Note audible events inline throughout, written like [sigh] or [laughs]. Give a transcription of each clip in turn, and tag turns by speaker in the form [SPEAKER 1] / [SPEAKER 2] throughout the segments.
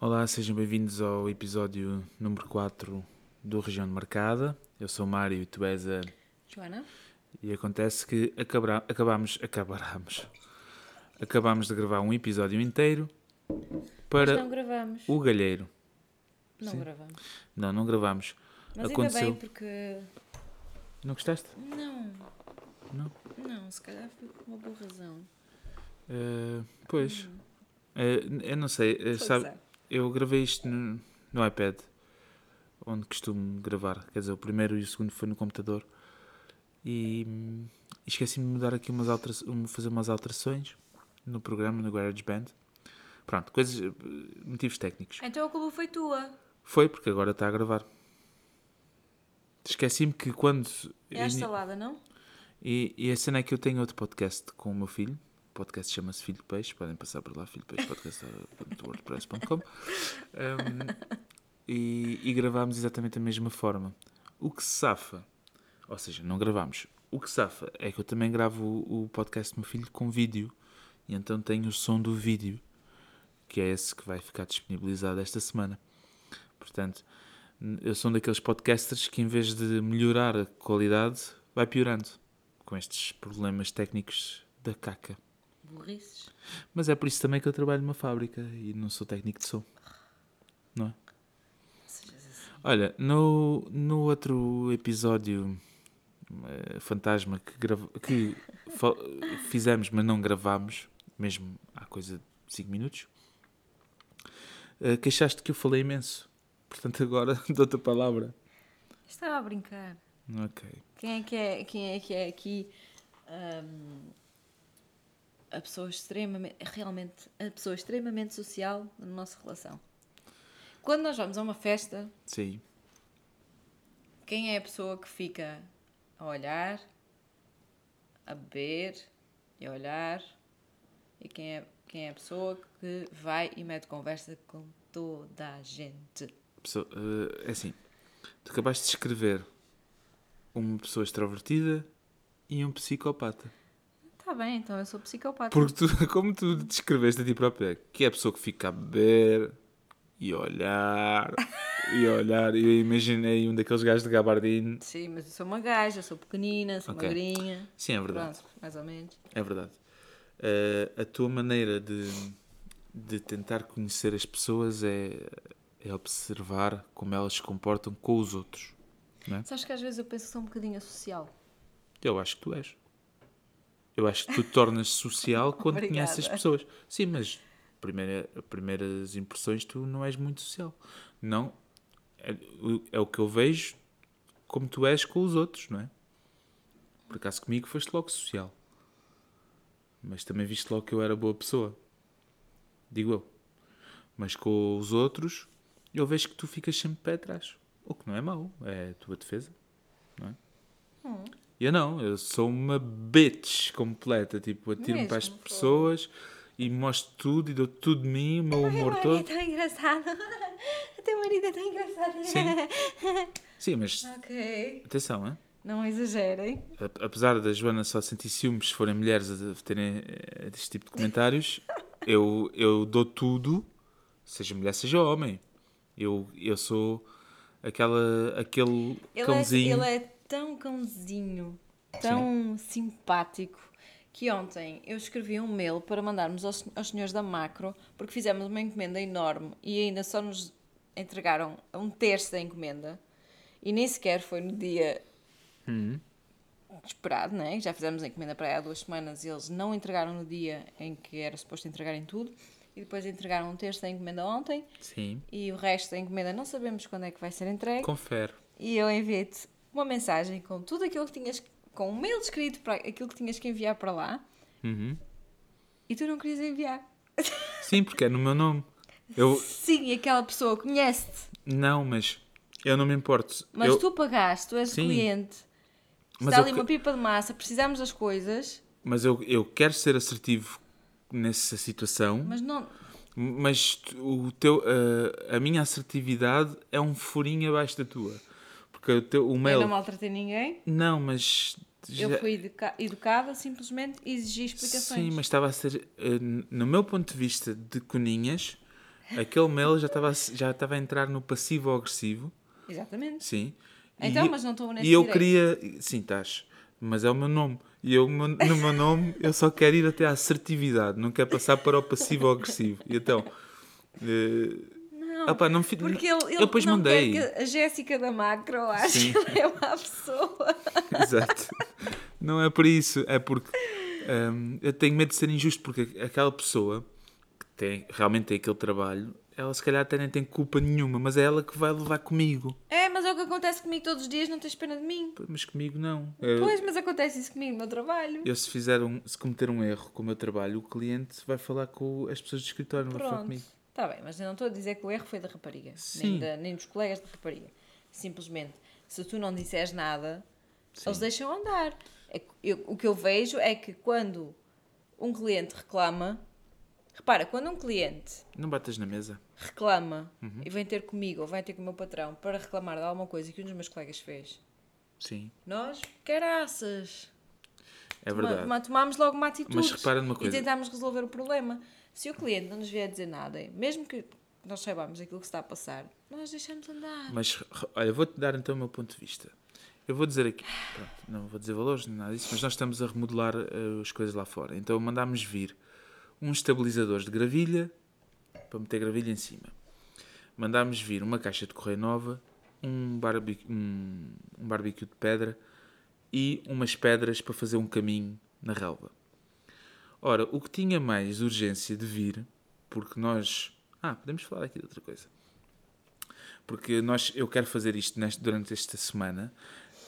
[SPEAKER 1] Olá, sejam bem-vindos ao episódio número 4 do Região de Marcada. Eu sou o Mário e tu és a.
[SPEAKER 2] Joana?
[SPEAKER 1] E acontece que acabra... acabamos. Acabaramos. Acabamos de gravar um episódio inteiro
[SPEAKER 2] Mas
[SPEAKER 1] para
[SPEAKER 2] não gravamos.
[SPEAKER 1] o Galheiro.
[SPEAKER 2] Não gravamos.
[SPEAKER 1] Não, não gravámos.
[SPEAKER 2] Mas
[SPEAKER 1] Aconteceu.
[SPEAKER 2] ainda bem porque.
[SPEAKER 1] Não gostaste?
[SPEAKER 2] Não.
[SPEAKER 1] Não?
[SPEAKER 2] Não, se calhar foi por uma boa razão. Uhum.
[SPEAKER 1] Eh, pois. Eh, eu não sei. eh,
[SPEAKER 2] Foi
[SPEAKER 1] sabe,
[SPEAKER 2] usar.
[SPEAKER 1] eu gravei isto no, no iPad, onde costumo gravar. Quer dizer, o primeiro e o segundo foi no computador. E hum, esqueci-me de mudar aqui umas altera- um- fazer umas alterações no programa, no GarageBand. Pronto, coisas, eh, motivos técnicos.
[SPEAKER 2] Então a culpa foi tua.
[SPEAKER 1] Foi porque agora está a gravar. Esqueci-me que quando.
[SPEAKER 2] É a
[SPEAKER 1] ini-
[SPEAKER 2] salada, não?
[SPEAKER 1] e, e a cena é que eu tenho outro podcast com o meu filho. O podcast chama-se Filho de Peixe. Podem passar por lá, filhopeixepodcast.wordpress.com Um, e, e gravámos exatamente a mesma forma. O que se safa, ou seja, não gravámos. O que se safa é que eu também gravo o, o podcast do meu filho com vídeo. E então tenho o som do vídeo, que é esse que vai ficar disponibilizado esta semana. Portanto, n- eu sou um daqueles podcasters que em vez de melhorar a qualidade, vai piorando com estes problemas técnicos da caca.
[SPEAKER 2] Burrices.
[SPEAKER 1] Mas é por isso também que eu trabalho numa fábrica e não sou técnico de som. Não é?
[SPEAKER 2] Não sejas assim.
[SPEAKER 1] Olha, no, no outro episódio eh, fantasma que, grava- que fa- fizemos, mas não gravámos, mesmo há coisa de 5 minutos, eh, queixaste que eu falei imenso. Portanto, agora [laughs] dou-te a palavra.
[SPEAKER 2] Estava a brincar.
[SPEAKER 1] Ok.
[SPEAKER 2] Quem é que é, quem é, que é aqui ahm, a pessoa extremamente, realmente, a pessoa extremamente social na nossa relação? Quando nós vamos a uma festa,
[SPEAKER 1] Sim.
[SPEAKER 2] Quem é a pessoa que fica a olhar, a beber e a olhar? E quem é, quem é a pessoa que vai e mete conversa com toda a gente?
[SPEAKER 1] Pessoa- eh, é assim, tu acabaste de escrever uma pessoa extrovertida e um psicopata.
[SPEAKER 2] Tá bem, então eu sou psicopata.
[SPEAKER 1] Porque tu, [laughs] como tu descreveste a ti própria, que é a pessoa que fica a beber e a olhar e a olhar, e eu imaginei um daqueles gajos de gabardine.
[SPEAKER 2] Sim, mas eu sou uma gaja, sou pequenina, sou
[SPEAKER 1] Ok.
[SPEAKER 2] magrinha.
[SPEAKER 1] Sim, é verdade.
[SPEAKER 2] Pronto, mais ou menos.
[SPEAKER 1] É verdade. Eh, a tua maneira de, de tentar conhecer as pessoas é, é observar como elas se comportam com os outros.
[SPEAKER 2] Sabes que às vezes eu penso que sou um bocadinho social.
[SPEAKER 1] Eu acho que tu és. Eu acho que tu tornas social quando
[SPEAKER 2] Obrigada.
[SPEAKER 1] conheces as pessoas. Sim, mas primeira, primeiras impressões tu não és muito social. Não. É, o- é o que eu vejo como tu és com os outros, não é? Por acaso comigo foste logo social. Mas também viste logo que eu era boa pessoa. Digo eu. Mas com os outros, eu vejo que tu ficas sempre pé atrás. O que não é mau, é a tua defesa. é?
[SPEAKER 2] Hum.
[SPEAKER 1] Eu não, eu sou uma bitch completa. Tipo, atiro-me para as
[SPEAKER 2] Mesmo, pô.
[SPEAKER 1] pessoas e mostro tudo e dou tudo de mim, o meu humor
[SPEAKER 2] é
[SPEAKER 1] todo.
[SPEAKER 2] tão engraçado. [laughs] O teu marido é tão engraçado.
[SPEAKER 1] Sim, mas
[SPEAKER 2] [laughs] ok.
[SPEAKER 1] atenção, hein?
[SPEAKER 2] Não exagerem.
[SPEAKER 1] A- apesar da Joana só sentir ciúmes se forem mulheres a de- terem eh, este tipo de comentários, eu, eu dou tudo, seja mulher, seja homem. Eu, eu sou aquela, aquele
[SPEAKER 2] Ele
[SPEAKER 1] cãozinho.
[SPEAKER 2] É, ele é tão cãozinho, tão simpático, que ontem eu escrevi um mail para mandarmos aos, aos senhores da Macro, porque fizemos uma encomenda enorme e ainda só nos entregaram um terço da encomenda. E nem sequer foi no dia esperado, né? Já fizemos a encomenda para aí há duas semanas e eles não entregaram no dia em que era suposto entregarem tudo. E depois entregaram um terço da encomenda ontem
[SPEAKER 1] Sim,
[SPEAKER 2] e o resto da encomenda não sabemos quando é que vai ser entregue.
[SPEAKER 1] confere.
[SPEAKER 2] E eu enviei-te uma mensagem com tudo aquilo que tinhas, com um mail escrito para aquilo que tinhas que enviar para lá
[SPEAKER 1] Uhum.
[SPEAKER 2] e tu não querias enviar.
[SPEAKER 1] Sim, porque é no meu nome. Eu,
[SPEAKER 2] Sim, e aquela pessoa conhece-te,
[SPEAKER 1] não, mas eu não me importo.
[SPEAKER 2] mas
[SPEAKER 1] eu,
[SPEAKER 2] tu pagaste, tu és
[SPEAKER 1] Sim.
[SPEAKER 2] cliente,
[SPEAKER 1] mas
[SPEAKER 2] está
[SPEAKER 1] eu
[SPEAKER 2] ali
[SPEAKER 1] que-
[SPEAKER 2] uma pipa de massa, precisamos das coisas,
[SPEAKER 1] Mas eu, eu quero ser assertivo nessa situação, mas,
[SPEAKER 2] mas não.
[SPEAKER 1] tu- o teu, eh, a, a minha assertividade é um furinho abaixo da tua. Porque o, teu, o
[SPEAKER 2] Eu
[SPEAKER 1] mail.
[SPEAKER 2] não
[SPEAKER 1] Não,
[SPEAKER 2] maltratei ninguém,
[SPEAKER 1] mas. já-
[SPEAKER 2] eu fui educa- educada, simplesmente exigi explicações.
[SPEAKER 1] Sim, mas estava a ser. eh, no meu ponto de vista de Coninhas, Aquele mail já estava a se- já estava a entrar no passivo-agressivo,
[SPEAKER 2] Exatamente.
[SPEAKER 1] sim.
[SPEAKER 2] Então, mas não estou nesse
[SPEAKER 1] E eu
[SPEAKER 2] direito.
[SPEAKER 1] queria. Sim, estás. Mas é o meu nome. E eu, no meu nome, eu só quero ir até à assertividade, não quero passar para o passivo-agressivo. E então. eh,
[SPEAKER 2] Não.
[SPEAKER 1] opá, não fi-
[SPEAKER 2] Porque ele, ele
[SPEAKER 1] eu depois
[SPEAKER 2] não
[SPEAKER 1] mandei.
[SPEAKER 2] quer que a Jéssica da Macro ache
[SPEAKER 1] Sim.
[SPEAKER 2] que ele é uma [laughs] pessoa.
[SPEAKER 1] [laughs] Exato. Não é por isso, é porque hum, eu tenho medo de ser injusto, porque aquela pessoa que tem, realmente tem aquele trabalho, ela se calhar até nem tem culpa nenhuma, mas é ela que vai levar comigo.
[SPEAKER 2] É, mas é o que acontece comigo todos os dias, não tens pena de mim.
[SPEAKER 1] Mas comigo não. Eu,
[SPEAKER 2] Pois, mas acontece isso comigo no meu trabalho.
[SPEAKER 1] eu se, fizer um, se cometer um erro com o meu trabalho, o cliente vai falar com as pessoas do escritório, não vai falar
[SPEAKER 2] Pronto.
[SPEAKER 1] comigo.
[SPEAKER 2] Está bem, mas eu não estou a dizer que o erro foi da rapariga. Nem,
[SPEAKER 1] Sim.
[SPEAKER 2] da- nem dos colegas de rapariga. Simplesmente, se tu não disseres nada, eles deixam andar. É que eu- o que eu vejo é que quando um cliente reclama... Repara, quando um cliente
[SPEAKER 1] Não batas na mesa.
[SPEAKER 2] reclama
[SPEAKER 1] Uhum.
[SPEAKER 2] e vem ter comigo ou vem ter com o meu patrão para reclamar de alguma coisa que um dos meus colegas fez,
[SPEAKER 1] Sim,
[SPEAKER 2] nós, caraças,
[SPEAKER 1] é
[SPEAKER 2] toma-
[SPEAKER 1] verdade.
[SPEAKER 2] ma- tomámos logo uma atitude
[SPEAKER 1] Mas repara numa
[SPEAKER 2] e
[SPEAKER 1] coisa.
[SPEAKER 2] tentámos resolver o problema. Se o cliente não nos vier dizer nada, mesmo que nós saibamos aquilo que está a passar, nós deixamos andar.
[SPEAKER 1] Mas re- olha, vou-te dar então o meu ponto de vista. Eu vou dizer aqui, pronto, não vou dizer valores nem nada disso, mas nós estamos a remodelar eh, as coisas lá fora. Então mandámos vir uns estabilizadores de gravilha para meter gravilha em cima. Mandámos vir uma caixa de correio nova, um, barbe- um, um barbecue de pedra e umas pedras para fazer um caminho na relva. Ora, o que tinha mais urgência de vir, porque nós. Ah, podemos falar aqui de outra coisa porque nós, eu quero fazer isto neste- durante esta semana,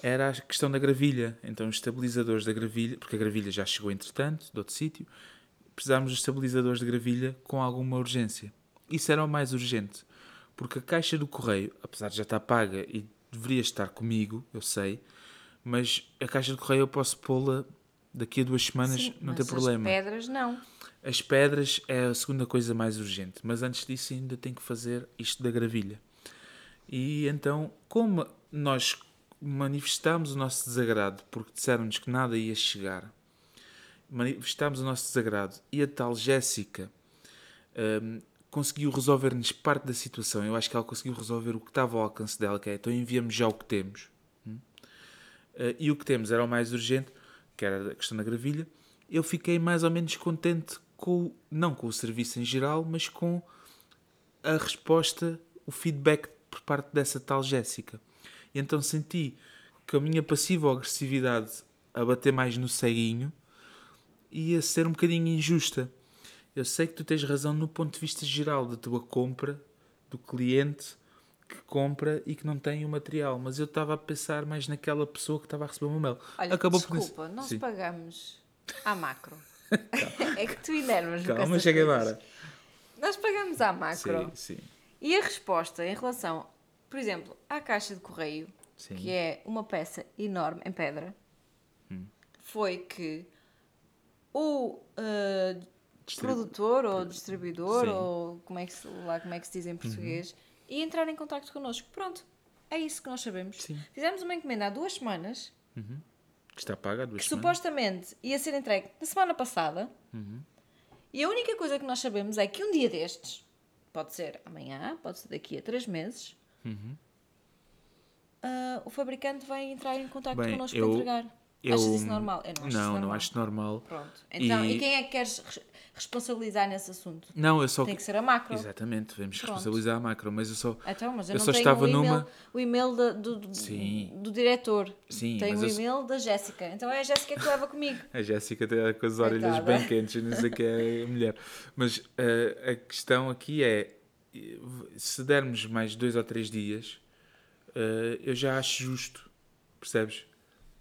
[SPEAKER 1] era a questão da gravilha. Então, os estabilizadores da gravilha, porque a gravilha já chegou entretanto, de outro sítio, precisámos dos estabilizadores de gravilha com alguma urgência. Isso era o mais urgente, porque a caixa do correio, apesar de já estar paga e deveria estar comigo, eu sei, mas a caixa do correio eu posso pô-la daqui a duas semanas,
[SPEAKER 2] Sim,
[SPEAKER 1] não
[SPEAKER 2] mas
[SPEAKER 1] tem problema.
[SPEAKER 2] As pedras, não.
[SPEAKER 1] As pedras é a segunda coisa mais urgente, mas antes disso ainda tenho que fazer isto da gravilha. E então, como nós manifestámos o nosso desagrado porque disseram-nos que nada ia chegar, manifestámos o nosso desagrado e a tal Jéssica hum, conseguiu resolver-nos parte da situação. Eu acho que ela conseguiu resolver o que estava ao alcance dela, que é então enviamos já o que temos. Hum? Eh, e o que temos era o mais urgente, que era a questão da gravilha. Eu fiquei mais ou menos contente com, o- não com o serviço em geral, mas com a resposta, o feedback por parte dessa tal Jéssica. E então senti que a minha passiva agressividade a bater mais no ceguinho ia ser um bocadinho injusta. Eu sei que tu tens razão no ponto de vista geral da tua compra, do cliente que compra e que não tem o material, mas eu estava a pensar mais naquela pessoa que estava a receber o meu mail.
[SPEAKER 2] Olha,
[SPEAKER 1] por-
[SPEAKER 2] desculpa, nós
[SPEAKER 1] Sim.
[SPEAKER 2] pagamos
[SPEAKER 1] [laughs]
[SPEAKER 2] à macro. [laughs] é que tu enervas-me com
[SPEAKER 1] Calma,
[SPEAKER 2] essas
[SPEAKER 1] chega
[SPEAKER 2] coisas. Ah,
[SPEAKER 1] agora.
[SPEAKER 2] Nós pagamos à macro.
[SPEAKER 1] Sim, sim.
[SPEAKER 2] E a resposta em relação, por exemplo, à caixa de correio,
[SPEAKER 1] Sim.
[SPEAKER 2] que é uma peça enorme em pedra,
[SPEAKER 1] Hum.
[SPEAKER 2] foi que o eh,
[SPEAKER 1] Distribu-
[SPEAKER 2] produtor ou distribuidor,
[SPEAKER 1] Sim. Uhum.
[SPEAKER 2] ou como é que se, lá como é que se diz em português, ia entrar em contato connosco. Pronto, é isso que nós sabemos.
[SPEAKER 1] Sim.
[SPEAKER 2] Fizemos uma encomenda há duas semanas,
[SPEAKER 1] Que está paga há duas
[SPEAKER 2] que
[SPEAKER 1] semanas.
[SPEAKER 2] supostamente ia ser entregue na semana passada.
[SPEAKER 1] Uhum.
[SPEAKER 2] E a única coisa que nós sabemos é que um dia destes, pode ser amanhã, pode ser daqui a três meses,
[SPEAKER 1] Uhum.
[SPEAKER 2] ah, o fabricante vai entrar em contato
[SPEAKER 1] Bem,
[SPEAKER 2] connosco
[SPEAKER 1] eu-
[SPEAKER 2] para entregar.
[SPEAKER 1] Eu-
[SPEAKER 2] Achas isso normal? Eu não acho isso
[SPEAKER 1] não,
[SPEAKER 2] normal.
[SPEAKER 1] acho normal.
[SPEAKER 2] Pronto. Então, e...
[SPEAKER 1] E-
[SPEAKER 2] quem é que queres res- responsabilizar nesse assunto?
[SPEAKER 1] Não, eu só.
[SPEAKER 2] Tem que ser a macro.
[SPEAKER 1] Exatamente, devemos
[SPEAKER 2] Pronto.
[SPEAKER 1] responsabilizar a macro, mas eu só.
[SPEAKER 2] Então, mas eu,
[SPEAKER 1] Eu
[SPEAKER 2] não
[SPEAKER 1] só
[SPEAKER 2] tenho
[SPEAKER 1] estava
[SPEAKER 2] o e-mail,
[SPEAKER 1] numa-
[SPEAKER 2] o e-mail da- do, do,
[SPEAKER 1] Sim.
[SPEAKER 2] do diretor.
[SPEAKER 1] Sim,
[SPEAKER 2] tenho
[SPEAKER 1] mas
[SPEAKER 2] o
[SPEAKER 1] eu só-
[SPEAKER 2] e-mail da Jéssica. Então é a Jéssica que leva comigo.
[SPEAKER 1] A Jéssica tem com as orelhas
[SPEAKER 2] Coitada.
[SPEAKER 1] bem quentes, não sei que é a mulher. Mas eh, a questão aqui é: eh, se dermos mais dois ou três dias, eh, eu já acho justo, percebes?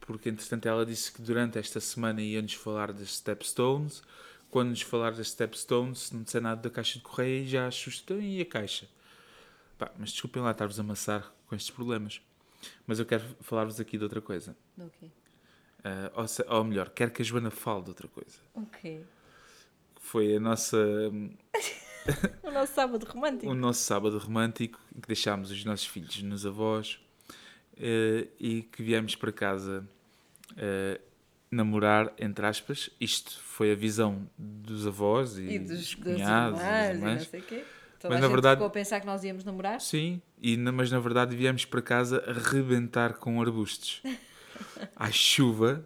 [SPEAKER 1] Porque entretanto ela disse que durante esta semana ia-nos falar das Stepstones. Quando nos falar das Stepstones, se não disser nada da caixa de correio, já acho justo. Então, E a caixa? Pá, mas desculpem lá estar-vos a amassar com estes problemas. Mas eu quero falar-vos aqui de outra coisa.
[SPEAKER 2] Do quê?
[SPEAKER 1] Ah, ou, se- ou melhor, quero que a Joana fale de outra coisa.
[SPEAKER 2] O quê?
[SPEAKER 1] Que Foi a nossa,
[SPEAKER 2] O nosso sábado romântico.
[SPEAKER 1] o nosso sábado romântico em que deixámos os nossos filhos nos avós eh, e que viemos para casa eh, namorar, entre aspas. Isto foi a visão dos avós e,
[SPEAKER 2] E dos, dos
[SPEAKER 1] cunhados e das
[SPEAKER 2] irmãos e não
[SPEAKER 1] irmãs.
[SPEAKER 2] sei o quê. Toda
[SPEAKER 1] Mas,
[SPEAKER 2] a
[SPEAKER 1] na
[SPEAKER 2] gente
[SPEAKER 1] verdade-
[SPEAKER 2] ficou a pensar que nós íamos namorar.
[SPEAKER 1] Sim, e, na- mas na verdade viemos para casa rebentar com arbustos.
[SPEAKER 2] [laughs]
[SPEAKER 1] À chuva,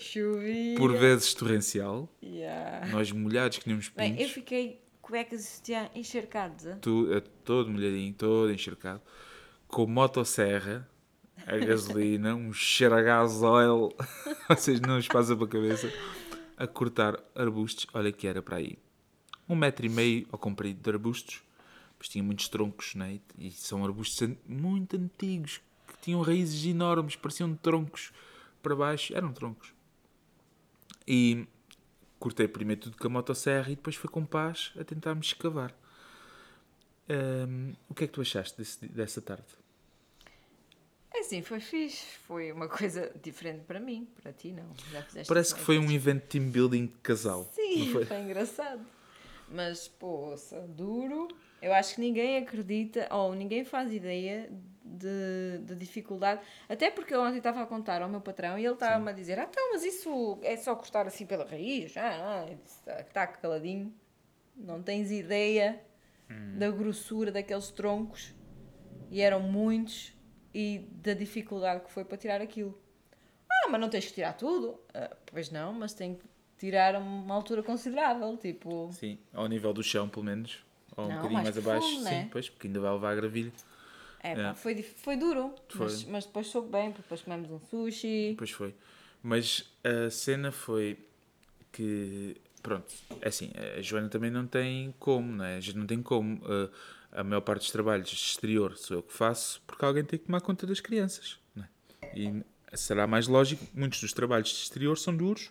[SPEAKER 2] Chovia.
[SPEAKER 1] por vezes torrencial,
[SPEAKER 2] Yeah.
[SPEAKER 1] nós molhados que nem uns
[SPEAKER 2] Bem, eu
[SPEAKER 1] pintos,
[SPEAKER 2] fiquei cuecas já encharcadas.
[SPEAKER 1] tu, eh, todo molhadinho, todo encharcado, com motosserra, a gasolina, um cheiro a gasóleo, [laughs] vocês não os passam para a cabeça, a cortar arbustos, olha que era para aí. Um metro e meio ao comprido de arbustos, pois tinha muitos troncos, né? e são arbustos an- muito antigos, que tinham raízes enormes, pareciam troncos para baixo, eram troncos. E cortei primeiro tudo com a motosserra e depois foi com paz a tentar-me escavar. Ahm, o que é que tu achaste desse di- dessa tarde?
[SPEAKER 2] Assim, foi fixe. Foi uma coisa diferente para mim. Para ti, não. Já fizeste
[SPEAKER 1] Parece que
[SPEAKER 2] mais
[SPEAKER 1] foi um
[SPEAKER 2] vezes.
[SPEAKER 1] evento de team building de casal.
[SPEAKER 2] Sim,
[SPEAKER 1] não
[SPEAKER 2] foi?
[SPEAKER 1] foi?
[SPEAKER 2] engraçado. Mas, poça, duro. Eu acho que ninguém acredita ou ninguém faz ideia de, de dificuldade. Até porque eu ontem estava a contar ao meu patrão e ele estava-me a dizer: Ah, então, mas isso é só cortar assim pela raiz? Ah, não, está, está caladinho. Não tens ideia da grossura daqueles troncos. E eram muitos. E da dificuldade que foi para tirar aquilo. Ah, mas não tens que tirar tudo? Ah, pois não, mas tem que tirar a uma altura considerável, tipo.
[SPEAKER 1] Sim, ao nível do chão, pelo menos. Ou um
[SPEAKER 2] Não,
[SPEAKER 1] bocadinho
[SPEAKER 2] mais
[SPEAKER 1] mais, abaixo.
[SPEAKER 2] profundo,
[SPEAKER 1] Sim,
[SPEAKER 2] né?
[SPEAKER 1] pois, porque ainda vai levar a gravilha.
[SPEAKER 2] É, pá,
[SPEAKER 1] É.
[SPEAKER 2] Foi, dif- foi duro,
[SPEAKER 1] Foi.
[SPEAKER 2] Mas, mas depois soube bem, porque depois comemos um sushi.
[SPEAKER 1] Pois foi. Mas a cena foi que. Pronto, é assim, a Joana também não tem como, não é? A gente não tem como. eh, a maior parte dos trabalhos de exterior sou eu que faço, porque alguém tem que tomar conta das crianças, não é? E será mais lógico, muitos dos trabalhos de exterior são duros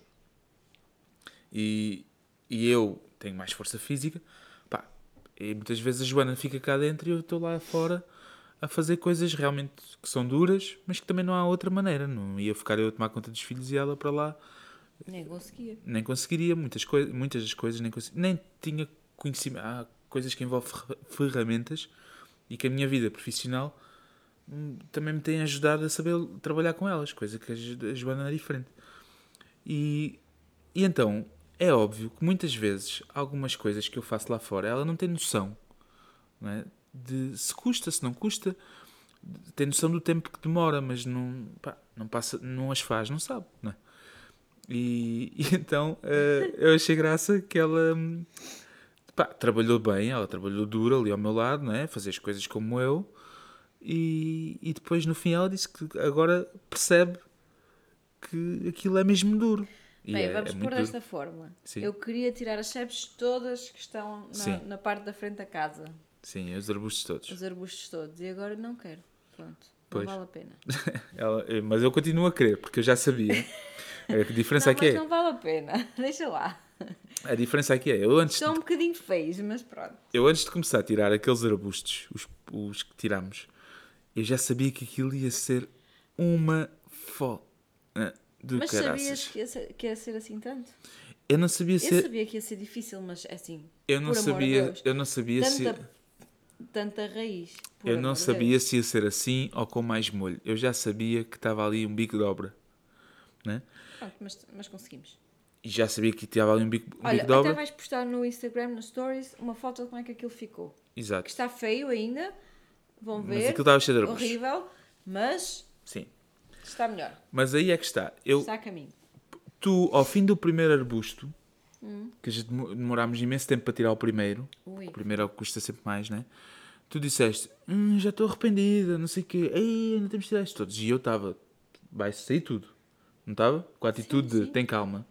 [SPEAKER 1] e, e eu tenho mais força física. Pá, e muitas vezes a Joana fica cá dentro e eu estou lá fora a fazer coisas realmente que são duras, mas que também não há outra maneira. Não ia ficar eu a tomar conta dos filhos e ela para lá
[SPEAKER 2] Nem conseguia.
[SPEAKER 1] nem conseguiria muitas coisas muitas das coisas nem consegui- nem tinha conhecimento há coisas que envolvem fer- ferramentas e que a minha vida profissional hum, também me tem ajudado a saber trabalhar com elas coisa que a Jo- a Joana é diferente e e então é óbvio que muitas vezes algumas coisas que eu faço lá fora ela não tem noção não é? de se custa se não custa de- tem noção do tempo que demora mas não pá, não passa não as faz não sabe não é? E, [laughs] e então eh, eu achei graça que ela hum, pá, trabalhou bem, ela trabalhou duro ali ao meu lado, não é? Fazer as coisas como eu. E, e depois no fim ela disse que agora percebe que aquilo é mesmo duro. E
[SPEAKER 2] bem,
[SPEAKER 1] é,
[SPEAKER 2] vamos
[SPEAKER 1] é
[SPEAKER 2] pôr
[SPEAKER 1] muito duro.
[SPEAKER 2] desta forma.
[SPEAKER 1] Sim.
[SPEAKER 2] Eu queria tirar as chaves todas que estão na,
[SPEAKER 1] Sim.
[SPEAKER 2] na parte da frente da casa,
[SPEAKER 1] Sim, é os arbustos todos.
[SPEAKER 2] os arbustos todos, e agora não quero. Pronto,
[SPEAKER 1] Pois.
[SPEAKER 2] não vale a pena.
[SPEAKER 1] [laughs] Ela- eh, mas eu continuo a querer, porque eu já sabia. A
[SPEAKER 2] [laughs]
[SPEAKER 1] diferença
[SPEAKER 2] Não,
[SPEAKER 1] aqui
[SPEAKER 2] mas
[SPEAKER 1] é.
[SPEAKER 2] não vale a pena, [laughs] deixa lá.
[SPEAKER 1] A diferença aqui é, eu antes de
[SPEAKER 2] Estão um bocadinho feios, mas pronto.
[SPEAKER 1] Eu antes de começar a tirar aqueles arbustos, os, os que tirámos, eu já sabia que aquilo ia ser uma fó ah, do
[SPEAKER 2] Mas sabias
[SPEAKER 1] caraças.
[SPEAKER 2] que ia ser- que ia ser assim tanto?
[SPEAKER 1] Eu não sabia
[SPEAKER 2] Eu
[SPEAKER 1] se
[SPEAKER 2] sabia que ia ser difícil, mas assim.
[SPEAKER 1] eu não
[SPEAKER 2] por amor de
[SPEAKER 1] sabia,
[SPEAKER 2] Deus.
[SPEAKER 1] eu não sabia se
[SPEAKER 2] Tanta, tanta raiz. por
[SPEAKER 1] eu não
[SPEAKER 2] amor de
[SPEAKER 1] sabia
[SPEAKER 2] Deus.
[SPEAKER 1] se ia ser assim ou com mais molho. Eu já sabia que estava ali um bico de obra, né?
[SPEAKER 2] Pronto, mas, mas conseguimos.
[SPEAKER 1] E já sabia que estava ali um bico, um
[SPEAKER 2] Olha,
[SPEAKER 1] bico de
[SPEAKER 2] até
[SPEAKER 1] obra.
[SPEAKER 2] vais postar no Instagram, nos stories, uma foto de como é que aquilo ficou. Que
[SPEAKER 1] Exato.
[SPEAKER 2] está feio ainda. Vão
[SPEAKER 1] Mas
[SPEAKER 2] ver.
[SPEAKER 1] aquilo estava cheio de arbustos.
[SPEAKER 2] horrível, mas
[SPEAKER 1] Sim.
[SPEAKER 2] está melhor.
[SPEAKER 1] Mas aí é que está. Eu
[SPEAKER 2] Está a caminho.
[SPEAKER 1] tu ao fim do primeiro arbusto, que a gente demo- demorámos imenso tempo para tirar o primeiro,
[SPEAKER 2] Ui.
[SPEAKER 1] o primeiro é o que custa sempre mais, né? Tu disseste, "Hum, já estou arrependida, não sei o quê, Ei, ainda temos de tirar isto todos. E eu estava, vai sair tudo, não estava? Com a atitude de
[SPEAKER 2] sim.
[SPEAKER 1] tem calma,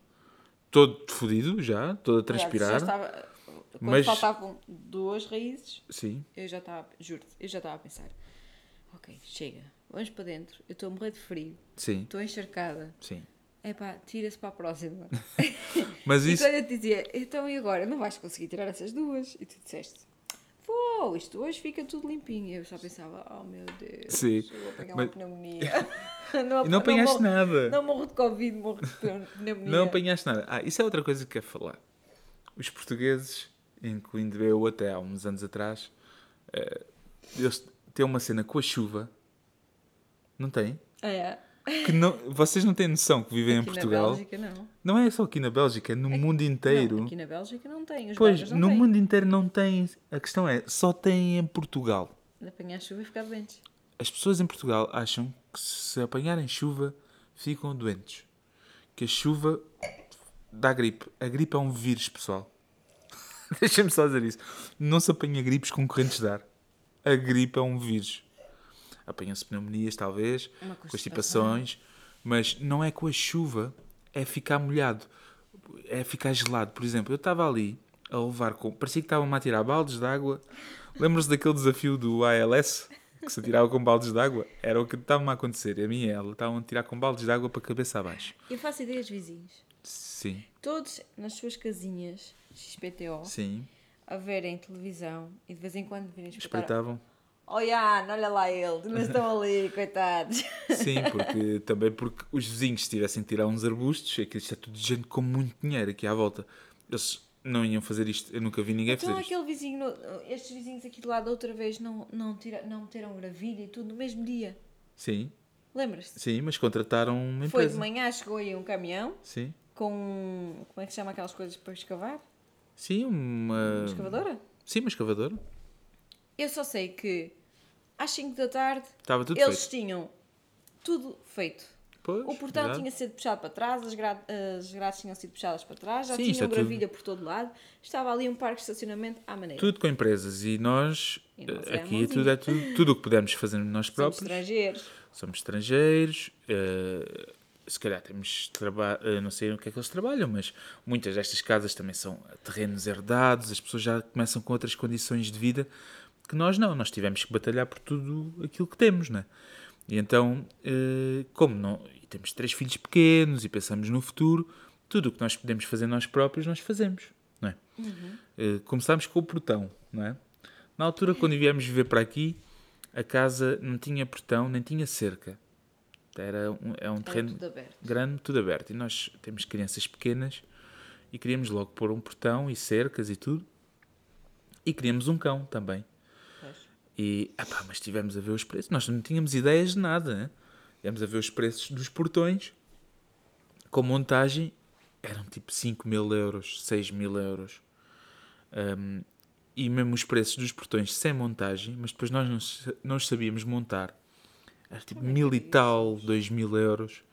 [SPEAKER 1] todo fodido já, todo a
[SPEAKER 2] Já
[SPEAKER 1] transpirar.
[SPEAKER 2] estava, quando
[SPEAKER 1] Mas-
[SPEAKER 2] faltavam duas raízes,
[SPEAKER 1] Sim,
[SPEAKER 2] eu já estava, juro-te, eu já estava a pensar. Ok, chega. Vamos para dentro. Eu estou a morrer de frio.
[SPEAKER 1] sim,
[SPEAKER 2] Estou encharcada.
[SPEAKER 1] sim.
[SPEAKER 2] Epá, tira-se para a próxima.
[SPEAKER 1] [laughs] Mas
[SPEAKER 2] E
[SPEAKER 1] isso,
[SPEAKER 2] quando eu te dizia, então e agora? Não vais conseguir tirar essas duas? E tu disseste, vou, isto hoje fica tudo limpinho. E Eu só pensava, oh meu Deus,
[SPEAKER 1] Sim,
[SPEAKER 2] eu vou apanhar
[SPEAKER 1] mas-
[SPEAKER 2] uma
[SPEAKER 1] [laughs]
[SPEAKER 2] pneumonia. [laughs] não,
[SPEAKER 1] E não apanhaste
[SPEAKER 2] morro,
[SPEAKER 1] nada.
[SPEAKER 2] Não morro de Covid, morro de pneu-
[SPEAKER 1] [laughs]
[SPEAKER 2] pneumonia.
[SPEAKER 1] Não apanhaste nada. Ah, isso é outra coisa que quero falar. Os portugueses, incluindo eu até há uns anos atrás, eh, eles têm uma cena com a chuva. Não tem?
[SPEAKER 2] Ah, é?
[SPEAKER 1] que não, vocês não têm noção que vivem
[SPEAKER 2] Aqui
[SPEAKER 1] em
[SPEAKER 2] na
[SPEAKER 1] Portugal.
[SPEAKER 2] Bélgica não.
[SPEAKER 1] Não é só aqui na Bélgica, é no mundo inteiro.
[SPEAKER 2] Não, aqui na Bélgica não tem. Os
[SPEAKER 1] pois,
[SPEAKER 2] belgas não
[SPEAKER 1] no
[SPEAKER 2] têm.
[SPEAKER 1] mundo inteiro não tem. A questão é, só tem em Portugal.
[SPEAKER 2] De apanhar chuva e ficar doentes.
[SPEAKER 1] As pessoas em Portugal acham que se apanharem chuva ficam doentes. Que a chuva dá gripe. A gripe é um vírus, pessoal. [laughs] Deixa-me só dizer isso. Não se apanha gripes com correntes de ar. A gripe é um vírus. Apanham-se pneumonias, talvez,
[SPEAKER 2] Uma
[SPEAKER 1] constipações, mas não é com a chuva, é ficar molhado, é ficar gelado. Por exemplo, eu estava ali a levar com. parecia que estavam-me a tirar baldes de água. Lembram-se daquele desafio do ALS? Que se tirava com baldes de água? Era o que estava-me a acontecer. A mim e ela estavam a tirar com baldes de água para cabeça abaixo.
[SPEAKER 2] Eu faço ideias vizinhos.
[SPEAKER 1] Sim,
[SPEAKER 2] Todos nas suas casinhas XPTO
[SPEAKER 1] sim.
[SPEAKER 2] a verem televisão e de vez em quando virem espreitar.
[SPEAKER 1] Espreitavam.
[SPEAKER 2] Olha, Oh, olha lá ele, não
[SPEAKER 1] [laughs]
[SPEAKER 2] estão ali, coitados.
[SPEAKER 1] Sim,
[SPEAKER 2] [laughs]
[SPEAKER 1] porque também porque os vizinhos tivessem que tirar uns arbustos, é que isto é tudo gente com muito dinheiro aqui à volta. Eles não iam fazer isto, eu nunca vi ninguém
[SPEAKER 2] Então
[SPEAKER 1] fazer isto.
[SPEAKER 2] aquele vizinho, no- estes vizinhos aqui do lado outra vez não, não, tira, não meteram gravilha e tudo no mesmo dia.
[SPEAKER 1] Sim,
[SPEAKER 2] Lembras-te?
[SPEAKER 1] sim, mas contrataram uma
[SPEAKER 2] Foi de
[SPEAKER 1] empresa.
[SPEAKER 2] manhã, chegou aí um caminhão
[SPEAKER 1] Sim.
[SPEAKER 2] com. Como é que se chama aquelas coisas para escavar?
[SPEAKER 1] Sim, uma.
[SPEAKER 2] Uma escavadora?
[SPEAKER 1] Sim, uma escavadora.
[SPEAKER 2] Eu só sei que às 5 da tarde
[SPEAKER 1] Estava tudo
[SPEAKER 2] eles
[SPEAKER 1] feito.
[SPEAKER 2] tinham tudo feito.
[SPEAKER 1] Pois,
[SPEAKER 2] O portão
[SPEAKER 1] verdade.
[SPEAKER 2] tinha sido puxado para trás, as, gra as grades tinham sido puxadas para trás, já
[SPEAKER 1] Sim,
[SPEAKER 2] tinham
[SPEAKER 1] isto é tudo-
[SPEAKER 2] gravilha por todo lado, estava ali um parque de estacionamento à maneira.
[SPEAKER 1] Tudo com empresas e nós,
[SPEAKER 2] E nós
[SPEAKER 1] eh,
[SPEAKER 2] é a
[SPEAKER 1] aqui,
[SPEAKER 2] mãozinha.
[SPEAKER 1] tudo é tudo, tudo o que pudemos fazer nós
[SPEAKER 2] Somos
[SPEAKER 1] próprios.
[SPEAKER 2] estrangeiros.
[SPEAKER 1] Somos estrangeiros, eh, se calhar temos trabalho, não sei o que é que eles trabalham, mas muitas destas casas também são terrenos herdados, as pessoas já começam com outras condições de vida que nós não, nós tivemos que batalhar por tudo aquilo que temos, né? E então, eh, como não, e temos três filhos pequenos e pensamos no futuro, tudo o que nós podemos fazer nós próprios, nós fazemos, não é? Eh, começámos com o portão, não é? Na altura, quando viemos viver para aqui, a casa não tinha portão, nem tinha cerca. Era um, é um
[SPEAKER 2] Era
[SPEAKER 1] terreno
[SPEAKER 2] tudo aberto.
[SPEAKER 1] grande, tudo aberto. E nós temos crianças pequenas e queríamos logo pôr um portão e cercas e tudo. E queríamos um cão também.
[SPEAKER 2] Pois.
[SPEAKER 1] E, epá, mas estivemos a ver os preços. Nós não tínhamos ideias de nada. né? Estivemos a ver os preços dos portões. Com montagem, eram tipo 5 mil euros, 6 mil euros. Ahm, e mesmo os preços dos portões sem montagem, mas depois nós não, sa- não os sabíamos montar. Era tipo mil e tal, 2 mil euros.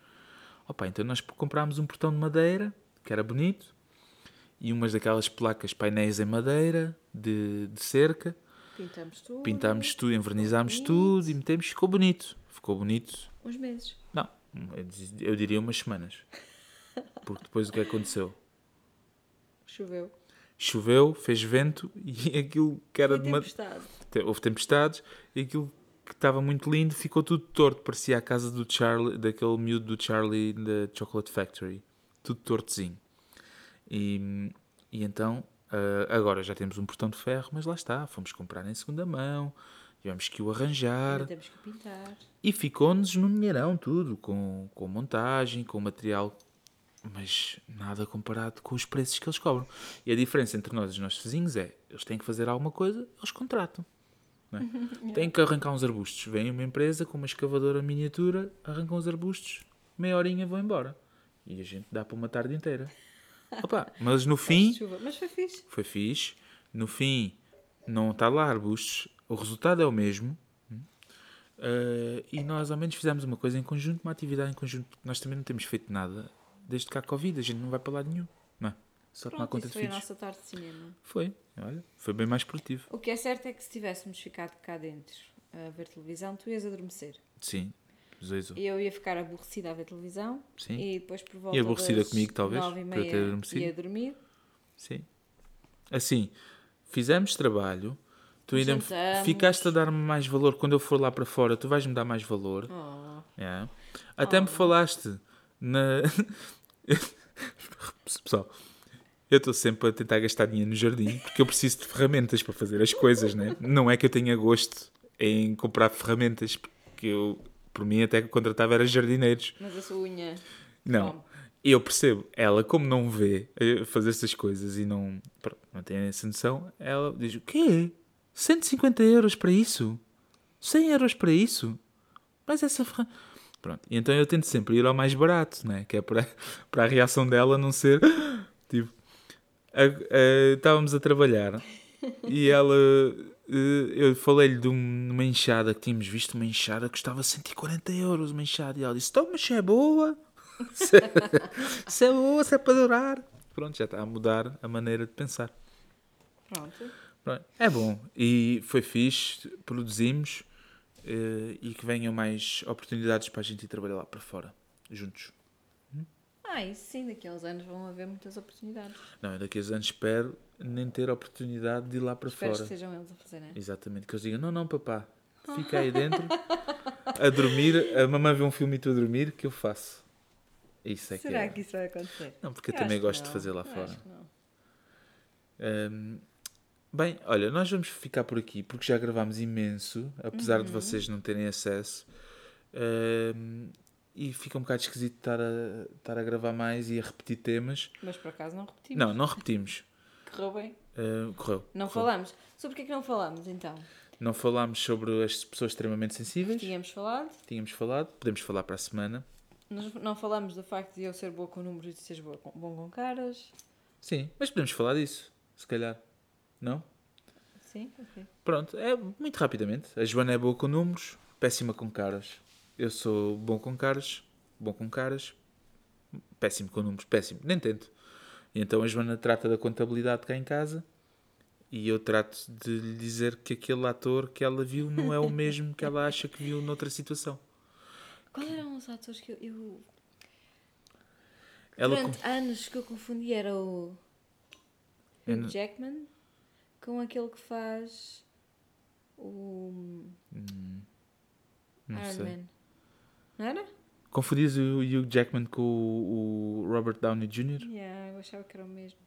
[SPEAKER 1] Opa, então nós comprámos um portão de madeira, que era bonito, e umas daquelas placas, painéis em madeira, de- de cerca
[SPEAKER 2] Pintamos tudo.
[SPEAKER 1] pintámos tudo, envernizámos tudo e metemos, ficou bonito. Ficou bonito.
[SPEAKER 2] Uns meses.
[SPEAKER 1] Não, eu diz- eu diria umas semanas. Porque depois o que aconteceu?
[SPEAKER 2] Choveu.
[SPEAKER 1] Choveu, fez vento e [laughs] aquilo que era
[SPEAKER 2] Foi
[SPEAKER 1] de ma-
[SPEAKER 2] tempestade.
[SPEAKER 1] te- Houve tempestades e aquilo que estava muito lindo ficou tudo torto. Parecia a casa do Charlie, daquele miúdo do Charlie da Chocolate Factory. Tudo tortozinho. E, e então, ah, agora já temos um portão de ferro, mas lá está. Fomos comprar em segunda mão, tivemos que o arranjar.
[SPEAKER 2] Ainda Temos que pintar.
[SPEAKER 1] E ficou-nos no dinheirão tudo, com, com montagem, com material, mas nada comparado com os preços que eles cobram. E a diferença entre nós e os nossos vizinhos é, eles têm que fazer alguma coisa, eles contratam. não é? Têm que arrancar uns arbustos. Vem uma empresa com uma escavadora miniatura, arrancam os arbustos, meia horinha vão embora. E a gente dá para uma tarde inteira. Opa, mas no fim,
[SPEAKER 2] Chuva. Mas foi fixe.
[SPEAKER 1] foi fixe. No fim, não está lá arbustos. O resultado é o mesmo. Hum. Eh, e nós, ao menos, fizemos uma coisa em conjunto, uma atividade em conjunto. porque Nós também não temos feito nada desde que há Covid. A gente não vai para lado nenhum. Não é? Só tomar
[SPEAKER 2] Pronto,
[SPEAKER 1] conta de
[SPEAKER 2] isso foi a
[SPEAKER 1] filhos.
[SPEAKER 2] nossa tarde de cinema.
[SPEAKER 1] Foi. Olha, foi bem mais produtivo.
[SPEAKER 2] O que é certo é que se tivéssemos ficado cá dentro a ver televisão, tu ias adormecer.
[SPEAKER 1] Sim. Zoizo.
[SPEAKER 2] E eu ia ficar aborrecida a ver televisão.
[SPEAKER 1] Sim.
[SPEAKER 2] E depois por volta
[SPEAKER 1] E aborrecida
[SPEAKER 2] das
[SPEAKER 1] comigo, talvez,
[SPEAKER 2] nove e
[SPEAKER 1] por eu
[SPEAKER 2] meia
[SPEAKER 1] ter adormecido.
[SPEAKER 2] ia dormir.
[SPEAKER 1] Sim. Assim, fizemos trabalho. Tu ainda me-
[SPEAKER 2] Jantamos.
[SPEAKER 1] ficaste a dar-me mais valor. Quando eu for lá para fora, tu vais-me dar mais valor.
[SPEAKER 2] Oh,
[SPEAKER 1] É. Até me falaste na. [laughs] Pessoal, eu estou sempre a tentar gastar dinheiro no jardim porque eu preciso de ferramentas para fazer as coisas, né? Não é que eu tenha gosto em comprar ferramentas, porque eu, por mim, até que contratava era jardineiros.
[SPEAKER 2] mas a sua unha.
[SPEAKER 1] Não.
[SPEAKER 2] Como?
[SPEAKER 1] Eu percebo, ela, como não vê eh, fazer essas coisas e não, pronto, não tem essa noção, ela diz: O quê? 150 euros para isso? 100 euros para isso? Mas essa ferramenta. Pronto. E então eu tento sempre ir ao mais barato, né? que é para, [laughs] para a reação dela não ser. [gasps] Tipo, a- a- estávamos a trabalhar e ela. eh, Eu falei-lhe de um- uma enxada que tínhamos visto, uma enxada que custava 140 euros, uma enxada. E ela disse: Toma, se é boa. Se se é boa, se é para durar. Pronto, já está a mudar a maneira de pensar.
[SPEAKER 2] Pronto.
[SPEAKER 1] Pronto. É bom. E foi fixe, produzimos eh, e que venham mais oportunidades para a gente ir trabalhar lá para fora, juntos.
[SPEAKER 2] Ah, isso sim, daqui a uns anos vão haver muitas oportunidades.
[SPEAKER 1] Não, eu daqui a uns anos espero nem ter a oportunidade de ir lá para
[SPEAKER 2] Espero que
[SPEAKER 1] fora.
[SPEAKER 2] sejam eles a fazer, né?
[SPEAKER 1] Exatamente, que eles digam: não, não, papá, fica aí dentro a dormir, a mamãe vê um filme e tu a dormir, que eu faço. Isso é
[SPEAKER 2] Será
[SPEAKER 1] que é.
[SPEAKER 2] que isso vai acontecer?
[SPEAKER 1] Não, porque eu,
[SPEAKER 2] acho
[SPEAKER 1] também
[SPEAKER 2] que
[SPEAKER 1] gosto de
[SPEAKER 2] não,
[SPEAKER 1] fazer lá
[SPEAKER 2] eu
[SPEAKER 1] fora.
[SPEAKER 2] acho que não.
[SPEAKER 1] Hum, bem, olha, nós vamos ficar por aqui porque já gravámos imenso, apesar de vocês não terem acesso. Hum, e fica um bocado esquisito estar a, estar a gravar mais e a repetir temas.
[SPEAKER 2] Mas por acaso não repetimos.
[SPEAKER 1] Não, não repetimos.
[SPEAKER 2] Correu bem.
[SPEAKER 1] Hum, correu.
[SPEAKER 2] Não
[SPEAKER 1] correu.
[SPEAKER 2] falámos. Sobre o que é que não falámos então?
[SPEAKER 1] Não falámos sobre as pessoas extremamente sensíveis.
[SPEAKER 2] Tínhamos falado,
[SPEAKER 1] Tínhamos falado, podemos falar para a semana.
[SPEAKER 2] nós não falámos do facto de eu ser boa com números e de seres boa com, bom com caras.
[SPEAKER 1] Sim, mas podemos falar disso, se calhar. Não?
[SPEAKER 2] Sim, ok.
[SPEAKER 1] Pronto, é muito rapidamente. A Joana é boa com números, péssima com caras. Eu sou bom com caras, bom com caras, péssimo com números, péssimo, nem tento. E então a Joana trata da contabilidade cá em casa e eu trato de lhe dizer que aquele ator que ela viu não é o mesmo que ela acha que viu noutra situação.
[SPEAKER 2] Qual eram os atores que eu. eu-
[SPEAKER 1] Ela
[SPEAKER 2] Durante anos que eu confundi era o.
[SPEAKER 1] Eu
[SPEAKER 2] Hugh
[SPEAKER 1] não-
[SPEAKER 2] Jackman com aquele que faz. O.
[SPEAKER 1] com- não
[SPEAKER 2] Iron
[SPEAKER 1] sei.
[SPEAKER 2] Man. Não era?
[SPEAKER 1] Confundias o Hugh Jackman com o, o Robert Downey Jr.?
[SPEAKER 2] Yeah, eu achava que era o mesmo.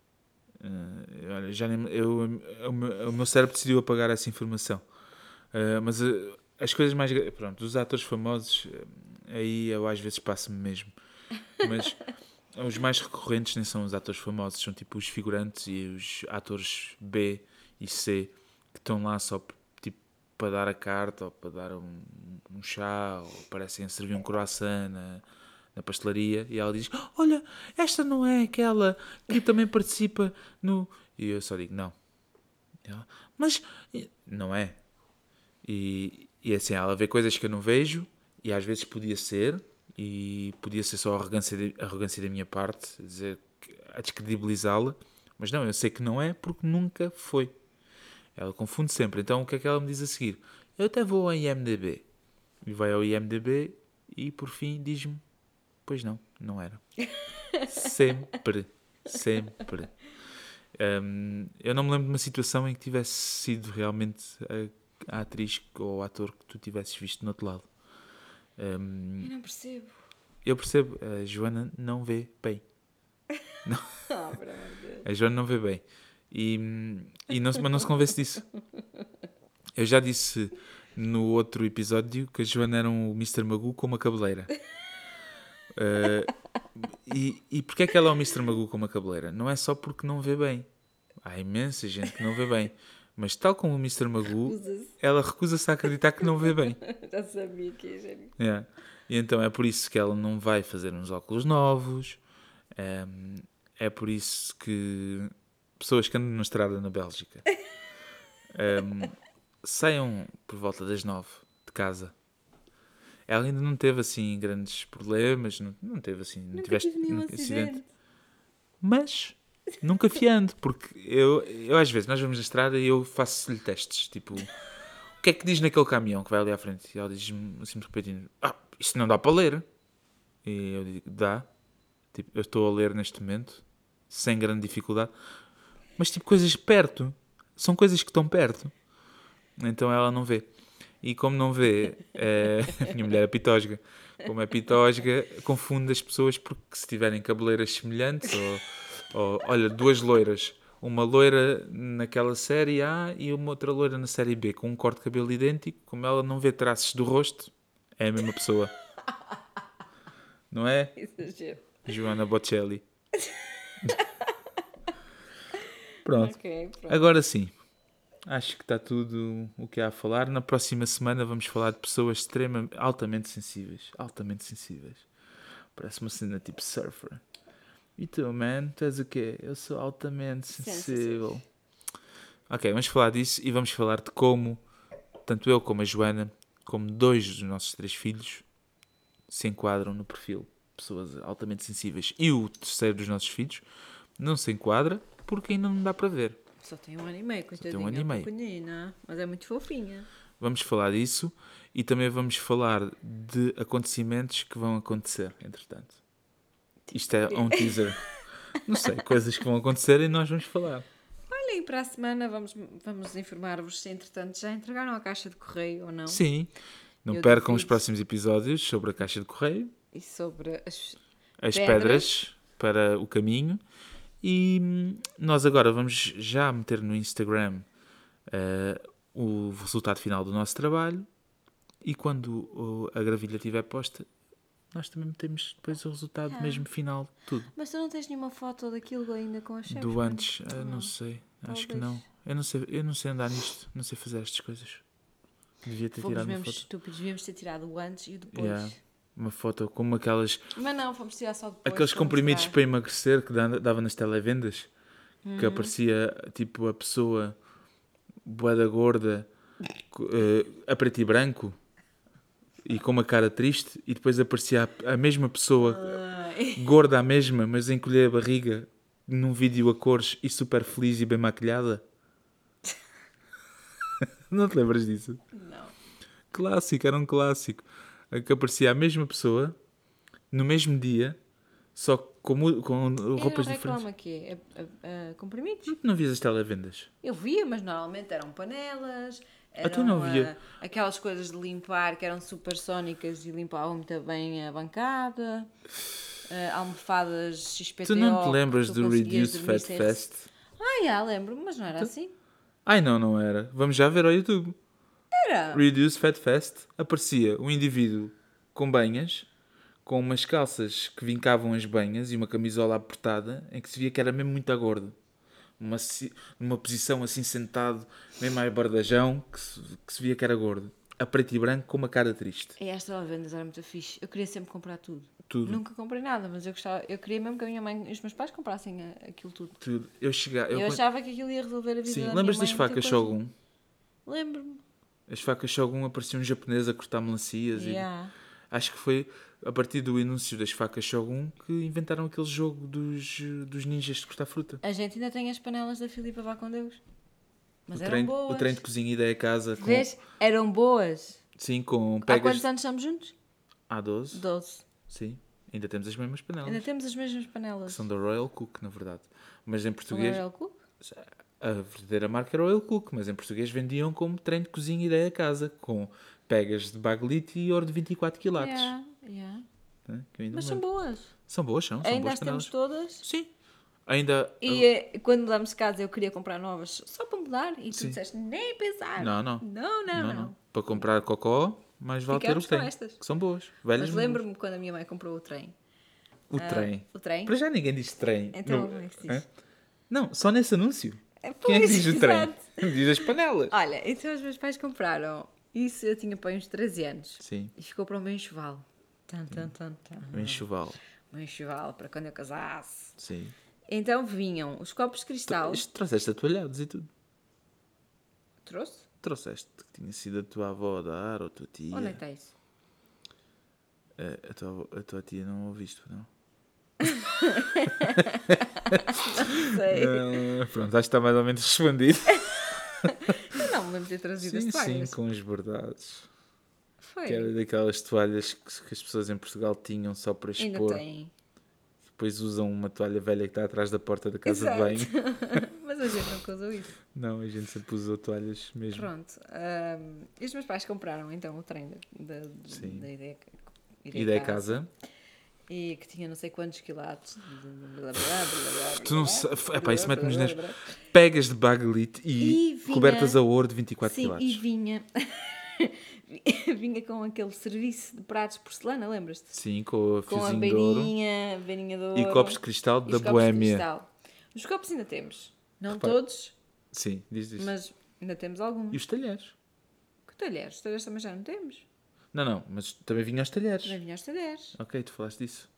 [SPEAKER 1] Eh, olha, já nem- eu, o, meu, o meu cérebro decidiu apagar essa informação. Eh, mas eh, as coisas mais. gra- Pronto, dos atores famosos, eh, aí eu às vezes passo-me mesmo. Mas [laughs] os mais recorrentes nem são os atores famosos, são tipo os figurantes e os atores B e C que estão lá só p- tipo para dar a carta ou para dar um, um chá ou parecem servir um croissant na, na pastelaria e ela diz: Olha, esta não é aquela que também participa no. E eu só digo: Não. E ela, Mas e- não é. E, e assim, ela vê coisas que eu não vejo e às vezes podia ser e podia ser só arrogância, de- arrogância da minha parte, dizer que- a descredibilizá-la, mas não, eu sei que não é porque nunca foi. Ela confunde sempre. Então o que é que ela me diz a seguir? Eu até vou ao IMDB. E vai ao IMDB e por fim diz-me: Pois não, não era. sempre, sempre. Hum, eu não me lembro de uma situação em que tivesse sido realmente a, a atriz ou o ator que tu tivesses visto no outro lado. Hum,
[SPEAKER 2] Eu não percebo. [laughs]
[SPEAKER 1] eu percebo, a Joana não vê bem.
[SPEAKER 2] Ah, pelo amor de Deus.
[SPEAKER 1] A Joana não vê bem. E, hum, e não, se- mas não se convence disso. Eu já disse no outro episódio que a Joana era um Mr. Magoo com uma cabeleira. Eh, e e porquê é que ela é um Mr. Magoo com uma cabeleira? Não é só porque não vê bem. Há imensa gente que não vê bem. Mas tal como o Mr. Magoo,
[SPEAKER 2] Usa-se. [laughs]
[SPEAKER 1] ela recusa-se a acreditar que não vê bem.
[SPEAKER 2] Já sabia que ia ser.
[SPEAKER 1] Yeah. E então é por isso que ela não vai fazer uns óculos novos. ehm, é por isso que pessoas que andam na estrada na
[SPEAKER 2] [laughs]
[SPEAKER 1] Bélgica ehm, saiam por volta das nove de casa. Ela ainda não teve assim grandes problemas, não, não teve assim, não
[SPEAKER 2] Nunca
[SPEAKER 1] tiveste
[SPEAKER 2] tive nenhum
[SPEAKER 1] nunca-
[SPEAKER 2] acidente.
[SPEAKER 1] mas nunca fiando, porque eu, eu às vezes nós vamos na estrada e eu faço-lhe testes, tipo, o que é que diz naquele caminhão que vai ali à frente? E ela diz-me assim de repente, ah, isso não dá para ler. E eu digo, dá. Tipo, eu estou a ler neste momento, sem grande dificuldade, mas tipo coisas perto, são coisas que estão perto. Então ela não vê. E como não vê, eh, a minha mulher é [laughs] pitosga. Como é pitosga, confunde as pessoas porque se tiverem cabeleiras semelhantes ou, ou, olha, duas loiras. Uma loira naquela série A e uma outra loira na série B, com um corte de cabelo idêntico, como ela não vê traços do rosto, é a mesma pessoa. Não é?
[SPEAKER 2] [laughs] Exagero.
[SPEAKER 1] Joana Bocelli. Pronto.
[SPEAKER 2] Ok, pronto.
[SPEAKER 1] Agora sim. Acho que está tudo o que há a falar. Na próxima semana vamos falar de pessoas extremamente, altamente sensíveis. Altamente sensíveis. Parece uma cena tipo surfer. E tu, man, tu és o quê? Eu sou altamente sensível. Ok, vamos falar disso e vamos falar de como, tanto eu como a Joana, como dois dos nossos três filhos, se enquadram no perfil de pessoas altamente sensíveis. E o terceiro dos nossos filhos não se enquadra porque ainda não dá para ver.
[SPEAKER 2] Só tem um ano e meio, coitadinha.
[SPEAKER 1] tem um ano e meio.
[SPEAKER 2] pequenina, mas é muito fofinha.
[SPEAKER 1] Vamos falar disso e também vamos falar de acontecimentos que vão acontecer, entretanto. Isto é um
[SPEAKER 2] [laughs]
[SPEAKER 1] teaser. Não sei, coisas que vão acontecer e nós vamos falar.
[SPEAKER 2] Olhem, para a semana vamos, vamos informar-vos se, entretanto, já entregaram a caixa de correio ou não.
[SPEAKER 1] Sim. Não
[SPEAKER 2] Eu
[SPEAKER 1] percam
[SPEAKER 2] duvido.
[SPEAKER 1] os próximos episódios sobre a caixa de correio,
[SPEAKER 2] E sobre as.
[SPEAKER 1] as
[SPEAKER 2] Pedras.
[SPEAKER 1] pedras para o caminho. E hum, nós agora vamos já meter no Instagram eh, o resultado final do nosso trabalho. E quando o- a gravilha estiver posta, nós também metemos depois o
[SPEAKER 2] Ah.
[SPEAKER 1] resultado mesmo final de tudo.
[SPEAKER 2] Mas tu não tens nenhuma foto daquilo ainda com as chaves?
[SPEAKER 1] Do
[SPEAKER 2] pois não? é?
[SPEAKER 1] antes, ah, não sei, acho que
[SPEAKER 2] talvez.
[SPEAKER 1] não. Eu não, sei, eu não sei andar nisto, não sei fazer estas coisas. Devia ter
[SPEAKER 2] Fomos
[SPEAKER 1] tirado uma
[SPEAKER 2] mesmo
[SPEAKER 1] foto.
[SPEAKER 2] estúpidos, devíamos ter tirado o antes e o depois.
[SPEAKER 1] Yeah, uma foto como aquelas,
[SPEAKER 2] Mas não, fomos tirar só depois.
[SPEAKER 1] aqueles
[SPEAKER 2] para
[SPEAKER 1] comprimidos
[SPEAKER 2] mostrar.
[SPEAKER 1] para emagrecer que da- dava nas televendas, que aparecia tipo a pessoa boeda gorda, co- eh, a preto e branco. E com uma cara triste, e depois aparecia a, a mesma pessoa,
[SPEAKER 2] Ai,
[SPEAKER 1] gorda a mesma, mas a encolher a barriga, num vídeo a cores e super feliz e bem maquilhada. [laughs] Não te lembras disso?
[SPEAKER 2] não.
[SPEAKER 1] Clássico, era um clássico. Em Que aparecia a mesma pessoa, no mesmo dia, só que com, mu- com roupas
[SPEAKER 2] Era
[SPEAKER 1] diferentes.
[SPEAKER 2] reclama que é? comprimidos?
[SPEAKER 1] Tu não vias as televendas?
[SPEAKER 2] Eu via, mas normalmente eram panelas. Eram,
[SPEAKER 1] tu não via?
[SPEAKER 2] ah, aquelas coisas de limpar que eram supersónicas e limpavam muito bem a bancada. ah, almofadas XPTO.
[SPEAKER 1] Tu não te lembras
[SPEAKER 2] que tu
[SPEAKER 1] do
[SPEAKER 2] conseguias
[SPEAKER 1] Reduce
[SPEAKER 2] dormir
[SPEAKER 1] Fat
[SPEAKER 2] sem-
[SPEAKER 1] Fest?
[SPEAKER 2] Ah, já, lembro-me, mas não era assim.
[SPEAKER 1] Ai não, não era. Vamos já ver ao YouTube.
[SPEAKER 2] Era.
[SPEAKER 1] Reduce Fat Fest aparecia um indivíduo com banhas, com umas calças que vincavam as banhas e uma camisola apertada, em que se via que era mesmo muito gordo. Uma, si- numa posição assim sentado, mesmo mais bardajão, que se, que se via que era gordo. A preto e branco com uma cara triste.
[SPEAKER 2] E as televendas eram muito fixe. Eu queria sempre comprar tudo.
[SPEAKER 1] Tudo.
[SPEAKER 2] Nunca comprei nada, mas eu gostava. Eu queria mesmo que a minha mãe e os meus pais comprassem a- aquilo tudo.
[SPEAKER 1] Tudo. Eu chegava.
[SPEAKER 2] Eu,
[SPEAKER 1] Eu,
[SPEAKER 2] achava que aquilo ia resolver a vida da
[SPEAKER 1] Sim,
[SPEAKER 2] minha
[SPEAKER 1] lembras
[SPEAKER 2] mãe,
[SPEAKER 1] das
[SPEAKER 2] muita
[SPEAKER 1] facas
[SPEAKER 2] coisa.
[SPEAKER 1] Shogun?
[SPEAKER 2] Lembro-me.
[SPEAKER 1] As facas Shogun aparecia um japonês a cortar melancias
[SPEAKER 2] Yeah.
[SPEAKER 1] e acho que foi a partir do anúncio das facas Shogun que inventaram aquele jogo dos, dos ninjas de cortar fruta.
[SPEAKER 2] A gente ainda tem as panelas da Filipa Vá com Deus. Mas
[SPEAKER 1] o,
[SPEAKER 2] eram
[SPEAKER 1] trem,
[SPEAKER 2] boas.
[SPEAKER 1] o trem de cozinha e ideia casa com,
[SPEAKER 2] Vês? Eram boas.
[SPEAKER 1] sim, com
[SPEAKER 2] Há quantos
[SPEAKER 1] pegas
[SPEAKER 2] anos estamos juntos?
[SPEAKER 1] A12,
[SPEAKER 2] 12.
[SPEAKER 1] sim, ainda temos as mesmas panelas.
[SPEAKER 2] Ainda temos as mesmas panelas.
[SPEAKER 1] São da Royal Cook, na verdade. Mas em
[SPEAKER 2] Não
[SPEAKER 1] português,
[SPEAKER 2] era o cu?
[SPEAKER 1] a verdadeira marca era Royal Cook, mas em português vendiam como trem de cozinha e ideia casa com pegas de baglite e ouro de 24 quilates.
[SPEAKER 2] Yeah, yeah.
[SPEAKER 1] né, que eu ainda
[SPEAKER 2] Mas
[SPEAKER 1] me
[SPEAKER 2] são
[SPEAKER 1] lembro.
[SPEAKER 2] boas.
[SPEAKER 1] São boas, são. São
[SPEAKER 2] ainda
[SPEAKER 1] boas
[SPEAKER 2] as temos
[SPEAKER 1] panelas.
[SPEAKER 2] todas.
[SPEAKER 1] Sim. Ainda.
[SPEAKER 2] E eh, quando mudámos de casa eu queria comprar novas só para mudar e tu
[SPEAKER 1] Sim.
[SPEAKER 2] disseste nem pensar.
[SPEAKER 1] Não, não.
[SPEAKER 2] Não, não,
[SPEAKER 1] não,
[SPEAKER 2] não.
[SPEAKER 1] não. Para comprar cocó, mais vale ter o
[SPEAKER 2] Ficamos
[SPEAKER 1] que tem.
[SPEAKER 2] com estas.
[SPEAKER 1] Que são boas. Velhas.
[SPEAKER 2] Mas lembro-me quando a minha mãe comprou o trem.
[SPEAKER 1] O trem.
[SPEAKER 2] O trem?
[SPEAKER 1] Para já ninguém diz trem.
[SPEAKER 2] Então,
[SPEAKER 1] Não-
[SPEAKER 2] como é que se diz?
[SPEAKER 1] Hã? Não, só nesse anúncio.
[SPEAKER 2] É,
[SPEAKER 1] Quem é que
[SPEAKER 2] pois,
[SPEAKER 1] diz o
[SPEAKER 2] exato.
[SPEAKER 1] trem? [laughs] Diz as panelas.
[SPEAKER 2] Olha, então os meus pais compraram. Isso eu tinha para aí uns 13 anos.
[SPEAKER 1] Sim.
[SPEAKER 2] E ficou para o meu enxoval. Tan, tan, tan, tan.
[SPEAKER 1] Um enxoval.
[SPEAKER 2] O meu enxoval para quando eu casasse.
[SPEAKER 1] Sim.
[SPEAKER 2] Então vinham os copos de cristal.
[SPEAKER 1] Isto trouxeste atualhados e tudo.
[SPEAKER 2] Trouxe?
[SPEAKER 1] Trouxeste que tinha sido a tua avó a dar ou a tua tia.
[SPEAKER 2] Onde é que tá? está isso?
[SPEAKER 1] A, a tua, avó- a tua tia não ouviste, não?
[SPEAKER 2] Sei.
[SPEAKER 1] Ah, pronto, acho que está mais ou menos [laughs] respondido.
[SPEAKER 2] Não, me lembro de ter trazido
[SPEAKER 1] sim,
[SPEAKER 2] as toalhas.
[SPEAKER 1] sim, com os bordados.
[SPEAKER 2] Foi.
[SPEAKER 1] Que era daquelas toalhas que, que as pessoas em Portugal tinham só para
[SPEAKER 2] Ainda
[SPEAKER 1] expor.
[SPEAKER 2] tem.
[SPEAKER 1] Depois usam uma toalha velha que está atrás da porta da casa
[SPEAKER 2] Exato.
[SPEAKER 1] de banho.
[SPEAKER 2] Mas a gente nunca usou isso.
[SPEAKER 1] Não, a gente sempre usou toalhas mesmo.
[SPEAKER 2] Pronto. ahm, e os meus pais compraram então o trem da, da,
[SPEAKER 1] Sim.
[SPEAKER 2] da ideia,
[SPEAKER 1] E da casa.
[SPEAKER 2] E que tinha não sei quantos quilates. de- de- blá, blá, blá, blá,
[SPEAKER 1] Tu não
[SPEAKER 2] blá,
[SPEAKER 1] sabes.
[SPEAKER 2] blá,
[SPEAKER 1] Epá, isso
[SPEAKER 2] blá,
[SPEAKER 1] mete-nos
[SPEAKER 2] blá,
[SPEAKER 1] nas.
[SPEAKER 2] blá.
[SPEAKER 1] Pegas de baglite e,
[SPEAKER 2] E vinha-
[SPEAKER 1] cobertas a ouro de 24
[SPEAKER 2] Sim, e
[SPEAKER 1] quilates.
[SPEAKER 2] vinha. [laughs] vinha com aquele serviço de pratos de porcelana, lembras-te?
[SPEAKER 1] Sim, com a
[SPEAKER 2] Com a
[SPEAKER 1] fiozinho de ouro.
[SPEAKER 2] beirinha, beirinha de ouro.
[SPEAKER 1] E copos de cristal
[SPEAKER 2] e
[SPEAKER 1] da
[SPEAKER 2] os copos de
[SPEAKER 1] Boémia.
[SPEAKER 2] cristal. Os copos ainda temos. Não
[SPEAKER 1] Repara.
[SPEAKER 2] todos,
[SPEAKER 1] Sim, diz isto.
[SPEAKER 2] mas Ainda temos alguns.
[SPEAKER 1] E os talheres.
[SPEAKER 2] Que talheres? Os talheres também já não temos.
[SPEAKER 1] Não, não, mas também vinha aos talheres.
[SPEAKER 2] Não vinha os talheres.
[SPEAKER 1] Ok, tu falaste disso.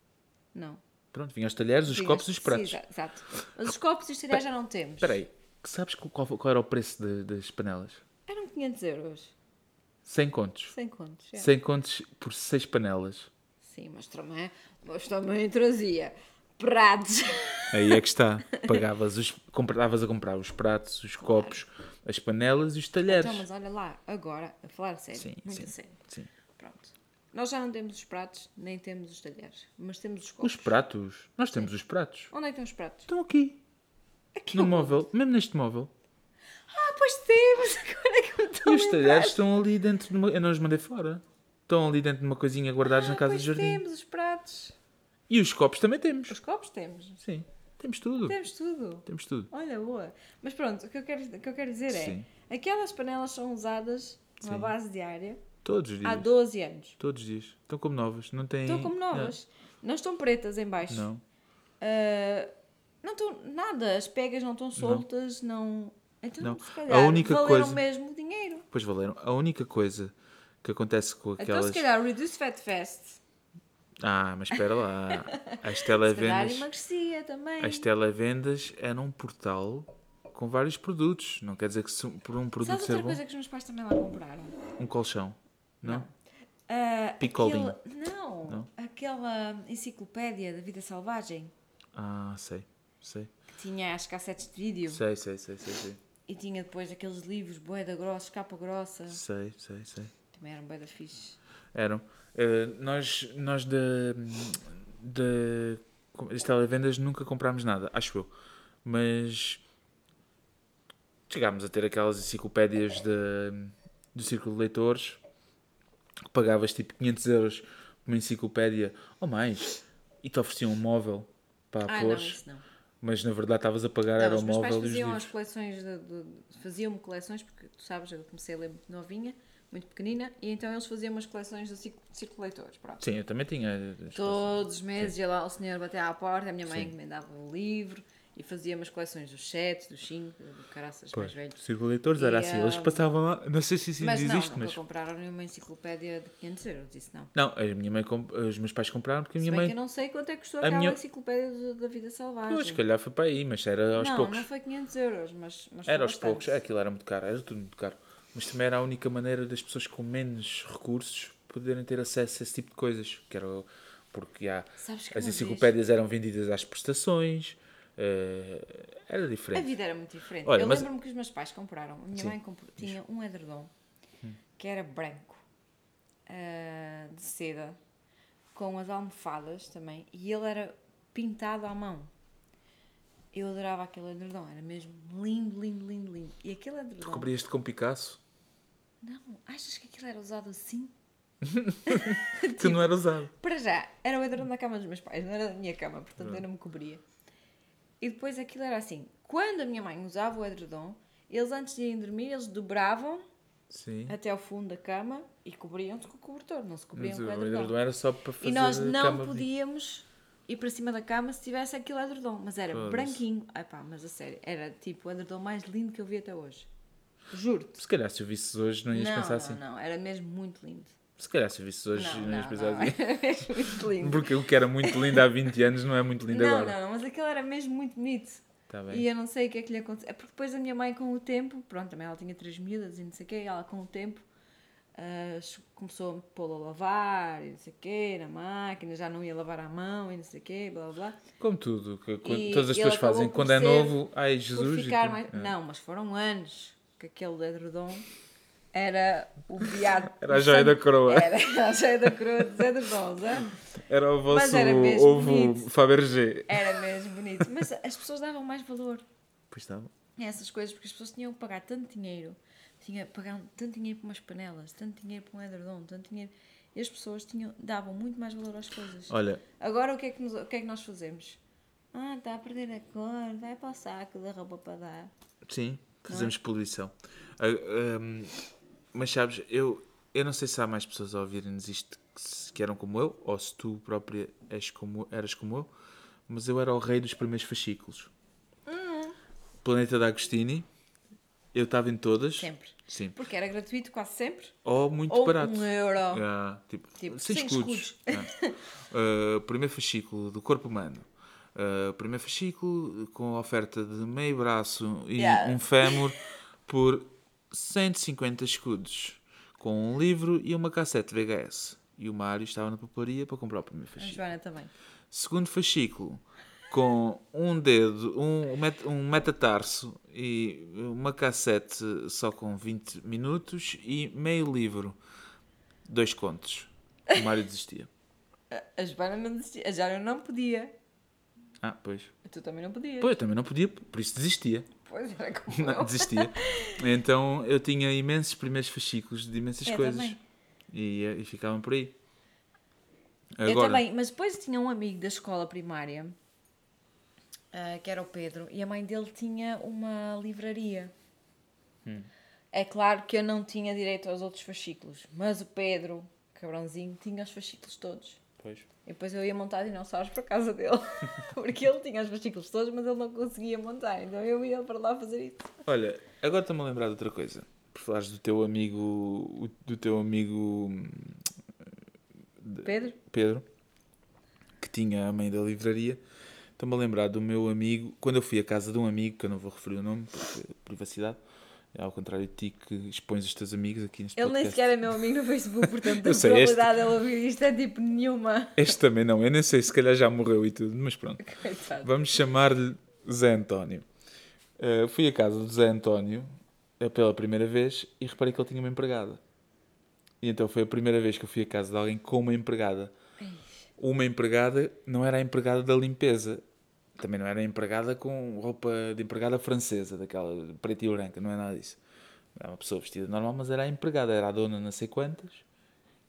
[SPEAKER 2] Não.
[SPEAKER 1] Pronto, vinha aos talheres, os
[SPEAKER 2] Vinha-
[SPEAKER 1] copos e os
[SPEAKER 2] Sim,
[SPEAKER 1] pratos.
[SPEAKER 2] exa- exato. Mas os copos e os talheres já não temos.
[SPEAKER 1] Espera aí, que sabes qual, qual era o preço de- das panelas?
[SPEAKER 2] Eram 500 euros.
[SPEAKER 1] 100 contos.
[SPEAKER 2] Sem contos. é.
[SPEAKER 1] 100 contos por 6 panelas.
[SPEAKER 2] Sim, mas também, mas também trazia pratos.
[SPEAKER 1] Aí é que está. Pagavas os, compravas a comprar os pratos, os copos, as panelas e os talheres.
[SPEAKER 2] Então, mas olha lá, agora, a falar a sério,
[SPEAKER 1] Sim,
[SPEAKER 2] muito
[SPEAKER 1] sim,
[SPEAKER 2] a sério.
[SPEAKER 1] sim.
[SPEAKER 2] Pronto. Nós já não temos os pratos, nem temos os talheres, mas temos os copos.
[SPEAKER 1] Os pratos. Nós temos os pratos.
[SPEAKER 2] Onde é que estão os pratos?
[SPEAKER 1] Estão aqui.
[SPEAKER 2] Aqui.
[SPEAKER 1] No móvel. Mesmo neste móvel.
[SPEAKER 2] Ah, pois temos, [laughs] agora é que eu
[SPEAKER 1] E
[SPEAKER 2] estou a
[SPEAKER 1] os
[SPEAKER 2] lembrar.
[SPEAKER 1] talheres estão ali dentro de uma... Eu não os mandei fora. Estão ali dentro de uma coisinha guardados na
[SPEAKER 2] Ah,
[SPEAKER 1] casa do
[SPEAKER 2] pois
[SPEAKER 1] jardim.
[SPEAKER 2] temos os pratos.
[SPEAKER 1] E os copos também temos.
[SPEAKER 2] Os copos temos.
[SPEAKER 1] Sim. Temos tudo.
[SPEAKER 2] Temos tudo.
[SPEAKER 1] Temos tudo.
[SPEAKER 2] Olha, boa. Mas pronto, o que eu quero, o que eu quero dizer
[SPEAKER 1] Sim.
[SPEAKER 2] é, aquelas panelas são usadas numa
[SPEAKER 1] Sim.
[SPEAKER 2] base diária
[SPEAKER 1] Todos os dias.
[SPEAKER 2] há 12 anos.
[SPEAKER 1] Todos os dias. Estão como novas. Não têm...
[SPEAKER 2] Estão como novas. Não estão pretas em baixo.
[SPEAKER 1] Não.
[SPEAKER 2] Ah, não estão nada, as pegas não estão soltas, não. Então,
[SPEAKER 1] Não.
[SPEAKER 2] se
[SPEAKER 1] A
[SPEAKER 2] calhar,
[SPEAKER 1] única
[SPEAKER 2] valeram
[SPEAKER 1] coisa-
[SPEAKER 2] mesmo o dinheiro.
[SPEAKER 1] Pois valeram. A única coisa que acontece com
[SPEAKER 2] Então,
[SPEAKER 1] aquelas...
[SPEAKER 2] se calhar, Reduce Fat Fest.
[SPEAKER 1] Ah, mas espera lá. As
[SPEAKER 2] [laughs] Se calhar,
[SPEAKER 1] televendas...
[SPEAKER 2] emagrecia também.
[SPEAKER 1] As televendas eram um portal com vários produtos. Não quer dizer que se um- por um produto
[SPEAKER 2] Sabe
[SPEAKER 1] ser
[SPEAKER 2] outra
[SPEAKER 1] bom,
[SPEAKER 2] coisa que os meus pais também lá compraram?
[SPEAKER 1] um colchão. Não?
[SPEAKER 2] Ah,
[SPEAKER 1] Picolinho.
[SPEAKER 2] aquela- Não,
[SPEAKER 1] Não?
[SPEAKER 2] aquela enciclopédia da vida selvagem
[SPEAKER 1] Ah, sei. Sei.
[SPEAKER 2] que tinha as cassetes de vídeo
[SPEAKER 1] Sei, sei, sei, sei, sei.
[SPEAKER 2] e tinha depois aqueles livros boeda grossa, capa grossa.
[SPEAKER 1] Sei, sei, sei.
[SPEAKER 2] Também eram boeda fixe.
[SPEAKER 1] Eram. Eh, nós nós de, de, com- das televendas nunca comprámos nada, acho eu. Mas chegámos a ter aquelas enciclopédias de, do Círculo de Leitores que pagavas tipo 500 euros por uma enciclopédia ou mais e te ofereciam um móvel para
[SPEAKER 2] Ah, não,
[SPEAKER 1] pôres,
[SPEAKER 2] isso não.
[SPEAKER 1] mas na verdade estavas a pagar
[SPEAKER 2] Não,
[SPEAKER 1] era
[SPEAKER 2] os
[SPEAKER 1] o
[SPEAKER 2] meus pais
[SPEAKER 1] móvel e os
[SPEAKER 2] faziam as
[SPEAKER 1] livros.
[SPEAKER 2] coleções, de, de- faziam-me coleções, porque tu sabes, eu comecei a ler muito novinha, muito pequenina, e então eles faziam umas coleções de cic- circulatores, pronto.
[SPEAKER 1] Sim, eu também tinha. as coisas.
[SPEAKER 2] Todos os meses ia lá o senhor bater à porta, a minha mãe
[SPEAKER 1] Sim.
[SPEAKER 2] encomendava o livro e fazia umas coleções dos 7, dos 5, do caraças
[SPEAKER 1] Pois,
[SPEAKER 2] mais velhos.
[SPEAKER 1] Círculo de Leitores era
[SPEAKER 2] E,
[SPEAKER 1] assim, eles
[SPEAKER 2] hum,
[SPEAKER 1] passavam lá, não sei se isso ainda
[SPEAKER 2] Mas não,
[SPEAKER 1] existe,
[SPEAKER 2] nunca
[SPEAKER 1] mas
[SPEAKER 2] compraram nenhuma enciclopédia de 500 euros, isso não.
[SPEAKER 1] Não, a minha mãe comp- os meus pais compraram porque a
[SPEAKER 2] Se
[SPEAKER 1] minha
[SPEAKER 2] bem
[SPEAKER 1] mãe.
[SPEAKER 2] que eu não sei quanto é que custou
[SPEAKER 1] a
[SPEAKER 2] aquela
[SPEAKER 1] minha-
[SPEAKER 2] enciclopédia do- da vida selvagem.
[SPEAKER 1] Pois, se calhar foi para aí, mas era aos
[SPEAKER 2] não,
[SPEAKER 1] poucos.
[SPEAKER 2] não foi 500 euros, mas, mas foi
[SPEAKER 1] Era aos
[SPEAKER 2] bastante.
[SPEAKER 1] poucos. Aquilo era muito caro, era tudo muito caro. Mas também era a única maneira das pessoas com menos recursos poderem ter acesso a esse tipo de coisas. Que era, o- porque há,
[SPEAKER 2] Sabes que
[SPEAKER 1] é. as
[SPEAKER 2] uma vez-
[SPEAKER 1] enciclopédias eram vendidas às prestações, eh, era
[SPEAKER 2] A
[SPEAKER 1] diferente.
[SPEAKER 2] vida é era muito diferente.
[SPEAKER 1] Olha,
[SPEAKER 2] eu
[SPEAKER 1] mas-
[SPEAKER 2] lembro-me que os meus pais compraram. A minha
[SPEAKER 1] Sim, Hum.
[SPEAKER 2] mãe comprou- tinha um edredom que era branco, ah, de seda, com as almofadas também, e ele era pintado à mão. Eu adorava aquele edredom, era mesmo lindo, lindo, lindo, lindo. E aquele edredom.
[SPEAKER 1] Cobrias-te com
[SPEAKER 2] [laughs]
[SPEAKER 1] Picasso,
[SPEAKER 2] Não, achas que aquilo era usado assim? Tipo,
[SPEAKER 1] que não era usado.
[SPEAKER 2] Para já, era o edredom da cama dos meus pais, não era da minha cama, portanto eu não me cobria. E depois aquilo era assim: quando a minha mãe usava o edredom, eles antes de irem dormir, eles dobravam
[SPEAKER 1] Sim.
[SPEAKER 2] até ao fundo da cama e cobriam-te com o cobertor, não se cobriam
[SPEAKER 1] Mas
[SPEAKER 2] com o
[SPEAKER 1] o
[SPEAKER 2] edredom.
[SPEAKER 1] edredom era só para fazer
[SPEAKER 2] um E nós
[SPEAKER 1] cama
[SPEAKER 2] não
[SPEAKER 1] bonita.
[SPEAKER 2] podíamos ir para cima da cama se tivesse aquele edredom, mas era
[SPEAKER 1] Foda-se.
[SPEAKER 2] branquinho. Epá, mas a sério, era tipo o edredom mais lindo que eu vi até hoje. Juro-te.
[SPEAKER 1] Se calhar se o visses hoje não
[SPEAKER 2] Não,
[SPEAKER 1] ias pensar
[SPEAKER 2] não,
[SPEAKER 1] assim.
[SPEAKER 2] não, era mesmo muito lindo.
[SPEAKER 1] Se calhar se o visses hoje
[SPEAKER 2] não,
[SPEAKER 1] não,
[SPEAKER 2] não,
[SPEAKER 1] ias pensar
[SPEAKER 2] não,
[SPEAKER 1] assim.
[SPEAKER 2] [laughs] era mesmo muito lindo.
[SPEAKER 1] Porque o que era muito lindo há 20 anos não é muito lindo
[SPEAKER 2] Não,
[SPEAKER 1] agora.
[SPEAKER 2] não, não, mas aquele era mesmo muito bonito.
[SPEAKER 1] Tá bem.
[SPEAKER 2] E eu não sei o que é que lhe aconteceu. É porque depois a minha mãe, com o tempo, pronto, também ela tinha três miúdas e não sei o quê, e ela com o tempo ah, che- começou a pô-la a lavar e não sei o quê, na máquina, já não ia lavar à mão e não sei o quê, blá blá blá.
[SPEAKER 1] Como tudo, que, que
[SPEAKER 2] E
[SPEAKER 1] todas as
[SPEAKER 2] ele
[SPEAKER 1] pessoas
[SPEAKER 2] acabou
[SPEAKER 1] fazem.
[SPEAKER 2] por
[SPEAKER 1] Quando é
[SPEAKER 2] ser-
[SPEAKER 1] novo, ai
[SPEAKER 2] Por
[SPEAKER 1] Jesus. e
[SPEAKER 2] ficar
[SPEAKER 1] tu-
[SPEAKER 2] mais.
[SPEAKER 1] Ah.
[SPEAKER 2] Não, mas foram anos que aquele edredom era o viado.
[SPEAKER 1] [laughs] Era a joia da coroa.
[SPEAKER 2] Era, era a joia da coroa dos edredons, hã?
[SPEAKER 1] Era o vosso
[SPEAKER 2] era mesmo
[SPEAKER 1] ovo
[SPEAKER 2] bonito. É.
[SPEAKER 1] Fabergé.
[SPEAKER 2] era mesmo bonito. Mas as pessoas davam mais valor.
[SPEAKER 1] Pois tá. estava.
[SPEAKER 2] essas coisas, porque as pessoas tinham que pagar tanto dinheiro, tinha pagar tanto dinheiro para umas panelas, tanto dinheiro para um edredom, tanto dinheiro. E as pessoas tinham, davam muito mais valor às coisas.
[SPEAKER 1] Olha,
[SPEAKER 2] Agora o que, é que nos- o que é que nós fazemos? Ah, está a perder a cor, vai para o saco da roupa para dar.
[SPEAKER 1] sim,
[SPEAKER 2] é?
[SPEAKER 1] fazemos poluição. Ah, hum, mas sabes, eu, eu não sei se há mais pessoas a ouvirem-nos isto que, se- que eram como eu, ou se tu própria és como, eras como eu,
[SPEAKER 2] Hum.
[SPEAKER 1] mas eu era o rei dos primeiros fascículos. Planeta da Agostini. Eu estava em todas.
[SPEAKER 2] Sempre.
[SPEAKER 1] Sim.
[SPEAKER 2] Porque era gratuito quase sempre.
[SPEAKER 1] Ou muito
[SPEAKER 2] Ou
[SPEAKER 1] barato.
[SPEAKER 2] um euro.
[SPEAKER 1] Ah, tipo,
[SPEAKER 2] Tipo,
[SPEAKER 1] sem
[SPEAKER 2] sem
[SPEAKER 1] escudos. Ah. Ah, primeiro fascículo do corpo humano. Ah, primeiro fascículo com a oferta de meio braço e
[SPEAKER 2] Yeah.
[SPEAKER 1] um fémur por 150 escudos. Com um livro e uma cassete VHS. E o Mário estava na papelaria para comprar o primeiro
[SPEAKER 2] A
[SPEAKER 1] fascículo.
[SPEAKER 2] Joana também.
[SPEAKER 1] Segundo fascículo, com um dedo, um, met- um metatarso e uma cassete só com 20 minutos e meio livro. Dois contos. O Mário desistia.
[SPEAKER 2] A Joana não desistia. A Joana não podia.
[SPEAKER 1] Ah, pois.
[SPEAKER 2] Tu também não podias.
[SPEAKER 1] Pois, eu também não podia, por isso desistia. [laughs]
[SPEAKER 2] Pois, era como
[SPEAKER 1] Não,
[SPEAKER 2] eu.
[SPEAKER 1] desistia. Então eu tinha imensos primeiros fascículos de imensas
[SPEAKER 2] Eu
[SPEAKER 1] coisas.
[SPEAKER 2] também.
[SPEAKER 1] E, eh, e ficavam por aí.
[SPEAKER 2] Eu também, mas depois tinha um amigo da escola primária, ah, que era o Pedro, e a mãe dele tinha uma livraria.
[SPEAKER 1] Hum.
[SPEAKER 2] É claro que eu não tinha direito aos outros fascículos, mas o Pedro, cabrãozinho, tinha os fascículos todos.
[SPEAKER 1] Pois.
[SPEAKER 2] E depois eu ia montar dinossauros para casa dele, [laughs] porque ele tinha os fascículos todos, mas ele não conseguia montar, então eu ia para lá fazer isso.
[SPEAKER 1] Olha, agora estou-me a lembrar de outra coisa. Por falares do teu amigo. o- Do teu amigo hum,
[SPEAKER 2] Pedro?
[SPEAKER 1] Pedro, que tinha a mãe da livraria. Estou-me a lembrar do meu amigo. Quando eu fui à casa de um amigo, que eu não vou referir o nome, porque privacidade. é Ao contrário de ti que expões os teus amigos aqui neste
[SPEAKER 2] Ele nem
[SPEAKER 1] podcast.
[SPEAKER 2] sequer é meu amigo no Facebook, portanto
[SPEAKER 1] [laughs]
[SPEAKER 2] a
[SPEAKER 1] Eu sei, este-
[SPEAKER 2] probabilidade dele ouvir isto é tipo nenhuma. [laughs]
[SPEAKER 1] Este também não, eu nem sei, se calhar já morreu e tudo, mas pronto.
[SPEAKER 2] Coitado.
[SPEAKER 1] Vamos chamar-lhe Zé António. Eh, fui à casa do Zé António eh, pela primeira vez e reparei que ele tinha uma empregada. E então foi a primeira vez que eu fui à casa de alguém com uma empregada. Uma empregada não era a empregada da limpeza. Também não era a empregada com roupa de empregada francesa, daquela preta e branca, não é nada disso. Era uma pessoa vestida normal, mas era a empregada, era a dona não sei quantas.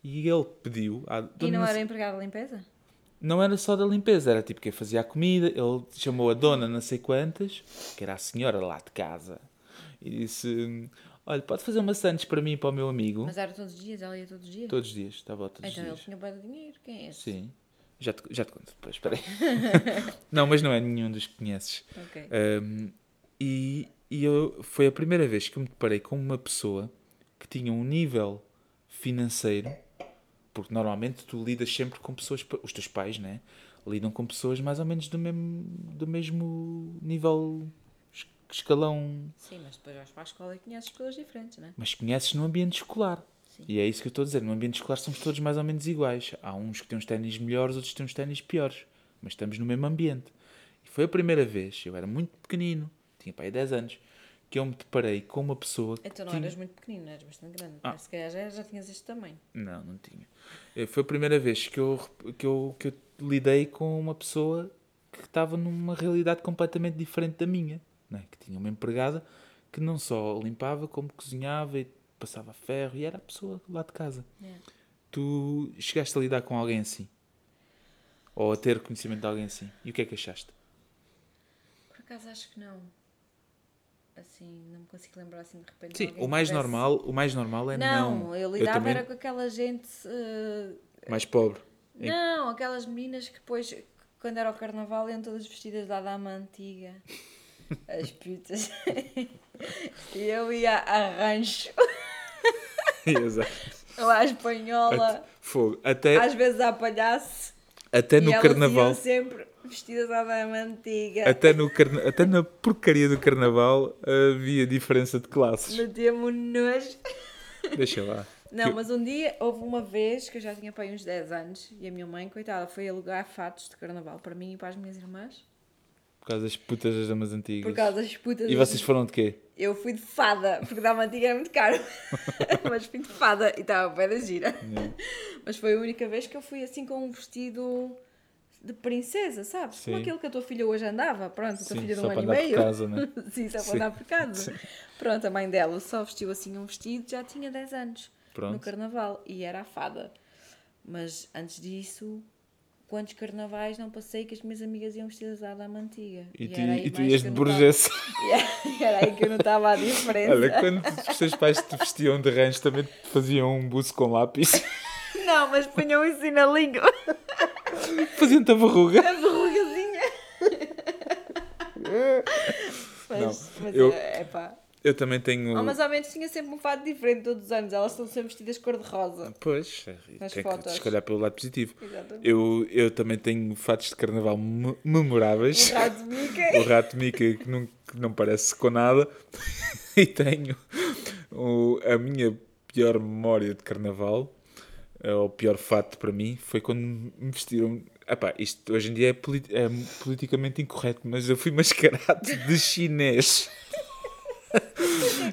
[SPEAKER 1] E ele pediu à
[SPEAKER 2] E
[SPEAKER 1] dona
[SPEAKER 2] não
[SPEAKER 1] sei-
[SPEAKER 2] era empregado de limpeza?
[SPEAKER 1] não era só da limpeza, era tipo quem fazia a comida. Ele chamou a dona, não sei quantas, que era a senhora lá de casa, e disse: Olha, pode fazer uma Santos para mim e para o meu amigo?
[SPEAKER 2] Mas era todos os dias, ela ia todos os dias?
[SPEAKER 1] Todos os dias, estava lá todos
[SPEAKER 2] então
[SPEAKER 1] os
[SPEAKER 2] ele
[SPEAKER 1] dias.
[SPEAKER 2] tinha bué de dinheiro, quem é este?
[SPEAKER 1] Sim, já te, já te conto depois, espera aí. [laughs] não, mas não é nenhum dos que conheces.
[SPEAKER 2] Ok.
[SPEAKER 1] Um, e e eu, foi a primeira vez que eu me deparei com uma pessoa que tinha um nível financeiro, porque normalmente tu lidas sempre com pessoas, pa- os teus pais, né? Lidam com pessoas mais ou menos do mesmo, do mesmo nível, es- escalão,
[SPEAKER 2] Sim, mas depois vais para a escola e conheces pessoas diferentes, não é?
[SPEAKER 1] mas conheces no ambiente escolar. E é isso que eu estou a dizer. No ambiente escolar somos todos mais ou menos iguais. Há uns que têm uns ténis melhores, outros têm uns ténis piores. Mas estamos no mesmo ambiente. E foi a primeira vez, eu era muito pequenino, tinha pai 10 anos, que eu me deparei com uma pessoa que
[SPEAKER 2] Então não
[SPEAKER 1] tinha...
[SPEAKER 2] eras muito pequenino, eras bastante grande.
[SPEAKER 1] Ah.
[SPEAKER 2] Mas se calhar já, já tinhas este tamanho.
[SPEAKER 1] Não, não tinha. Eh, Foi a primeira vez que eu, rep- que eu, que eu lidei com uma pessoa que estava numa realidade completamente diferente da minha. Né? Que tinha uma empregada que não só limpava, como cozinhava e passava ferro e era a pessoa lá de casa.
[SPEAKER 2] Yeah.
[SPEAKER 1] Tu chegaste a lidar com alguém assim? Ou a ter conhecimento de alguém assim? E o que é que achaste?
[SPEAKER 2] Por acaso acho que não. Assim, não me consigo lembrar assim de repente. de
[SPEAKER 1] Sim,
[SPEAKER 2] alguém
[SPEAKER 1] o
[SPEAKER 2] que
[SPEAKER 1] mais,
[SPEAKER 2] tivesse-
[SPEAKER 1] normal, o mais normal é não.
[SPEAKER 2] Não, eu lidava
[SPEAKER 1] também-
[SPEAKER 2] era com aquela gente. eh,
[SPEAKER 1] Mais pobre. [laughs] Em-
[SPEAKER 2] Não, aquelas meninas que depois, quando era o carnaval, iam todas vestidas da dama antiga.
[SPEAKER 1] [laughs]
[SPEAKER 2] As putas. [laughs] e eu ia a rancho,
[SPEAKER 1] Exato.
[SPEAKER 2] ou à espanhola,
[SPEAKER 1] Fogo. Até,
[SPEAKER 2] às vezes à palhaço.
[SPEAKER 1] até
[SPEAKER 2] e
[SPEAKER 1] É- no
[SPEAKER 2] elas
[SPEAKER 1] carnaval. É-
[SPEAKER 2] iam sempre vestidas à dama antiga.
[SPEAKER 1] [laughs] Até, no carna... até na porcaria do carnaval havia diferença de classes.
[SPEAKER 2] Metia-me um nojo.
[SPEAKER 1] Deixa lá.
[SPEAKER 2] Não,
[SPEAKER 1] Que-
[SPEAKER 2] mas um dia, houve uma vez que eu já tinha para aí uns 10 anos e a minha mãe, coitada, foi alugar fatos de carnaval para mim e para as minhas irmãs.
[SPEAKER 1] Por causa das putas das damas antigas.
[SPEAKER 2] Por causa das putas.
[SPEAKER 1] E
[SPEAKER 2] das
[SPEAKER 1] vocês foram de quê?
[SPEAKER 2] Eu fui de fada, porque da antiga era
[SPEAKER 1] [laughs]
[SPEAKER 2] muito caro. Mas fui de fada e estava bem da gira. Mas foi a única vez que eu fui assim com um vestido de princesa, sabes? Como
[SPEAKER 1] Sim.
[SPEAKER 2] aquele que a tua filha hoje andava. Pronto, a tua
[SPEAKER 1] Sim,
[SPEAKER 2] filha de
[SPEAKER 1] só
[SPEAKER 2] um
[SPEAKER 1] para
[SPEAKER 2] ano e
[SPEAKER 1] andar por
[SPEAKER 2] meio.
[SPEAKER 1] casa,
[SPEAKER 2] [laughs]
[SPEAKER 1] né?
[SPEAKER 2] Sim, só para
[SPEAKER 1] Sim.
[SPEAKER 2] andar por casa. Pronto, a mãe dela só vestiu assim um vestido, já tinha 10 anos no
[SPEAKER 1] Pronto.
[SPEAKER 2] carnaval e era a fada. Mas antes disso. Quantos carnavais não passei que as minhas amigas iam vestidas à dama antiga?
[SPEAKER 1] E tu,
[SPEAKER 2] era aí
[SPEAKER 1] e tu
[SPEAKER 2] mais
[SPEAKER 1] ias
[SPEAKER 2] que
[SPEAKER 1] de
[SPEAKER 2] eu não tava- [laughs]
[SPEAKER 1] burguesa.
[SPEAKER 2] e era aí que eu não estava à diferença.
[SPEAKER 1] Olha, quando os teus pais te vestiam de rancho, também te faziam um buço com lápis. [laughs]
[SPEAKER 2] [laughs] Não, mas punham isso assim na língua.
[SPEAKER 1] Faziam-te a verruga.
[SPEAKER 2] A verrugazinha.
[SPEAKER 1] [laughs]
[SPEAKER 2] Mas,
[SPEAKER 1] Não,
[SPEAKER 2] mas
[SPEAKER 1] eu-
[SPEAKER 2] é pá.
[SPEAKER 1] Eu também tenho.
[SPEAKER 2] Oh, mas ao menos tinha sempre um fato diferente todos os anos. Elas estão sempre vestidas cor-de-rosa.
[SPEAKER 1] Pois,
[SPEAKER 2] Nas
[SPEAKER 1] tem que
[SPEAKER 2] fotos.
[SPEAKER 1] escolher pelo lado positivo.
[SPEAKER 2] Exatamente.
[SPEAKER 1] Eu, eu também tenho fatos de carnaval me- memoráveis.
[SPEAKER 2] Um rato de
[SPEAKER 1] o [laughs]
[SPEAKER 2] Mickey.
[SPEAKER 1] rato Mickey que não, que não parece com nada [laughs] e tenho o- a minha pior memória de carnaval eh, ou pior fato para mim foi quando me vestiram Epá, isto hoje em dia é, polit- é politicamente incorreto mas eu fui mascarado de chinês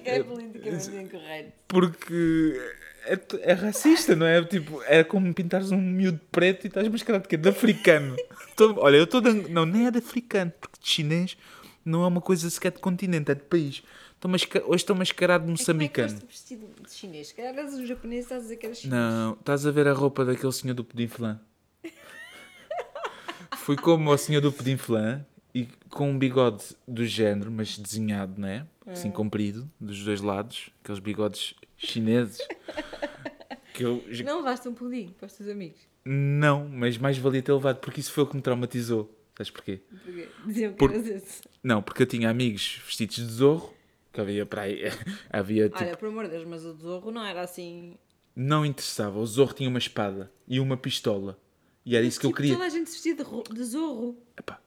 [SPEAKER 2] que é politicamente incorreto.
[SPEAKER 1] porque é, t- é racista, não é? Tipo, é como pintares um miúdo preto e estás mascarado é de quê? De africano. [laughs] Tô- olha, eu estou de... Não, nem é de africano, porque de chinês não é uma coisa sequer de continente, é de país. Tô masca- Hoje estou mascarado de
[SPEAKER 2] E Como é que
[SPEAKER 1] moçambicano.
[SPEAKER 2] foste vestido de chinês? Se calhar és um japonês estás a dizer que eras chinês.
[SPEAKER 1] Não, estás a ver a roupa daquele senhor do pudim flan. Fui como o senhor do pudim flan e com um bigode do género, mas desenhado, não é? Assim comprido, dos dois lados, aqueles bigodes chineses. Que eu
[SPEAKER 2] Não. levaste um pudim para os teus amigos.
[SPEAKER 1] não, mas mais valia ter levado, porque isso foi o que me traumatizou. Sabes porquê?
[SPEAKER 2] Porquê? Diziam que
[SPEAKER 1] Por-
[SPEAKER 2] eras esse.
[SPEAKER 1] Não, porque eu tinha amigos vestidos de zorro, que havia para aí, [laughs] havia tipo,
[SPEAKER 2] Olha, por amor de Deus, mas o Zorro não era assim.
[SPEAKER 1] não interessava. O zorro tinha uma espada e uma pistola. E era É isso que eu
[SPEAKER 2] Tipo,
[SPEAKER 1] queria.
[SPEAKER 2] Toda a gente se vestia de, ro- de Zorro.
[SPEAKER 1] Epá,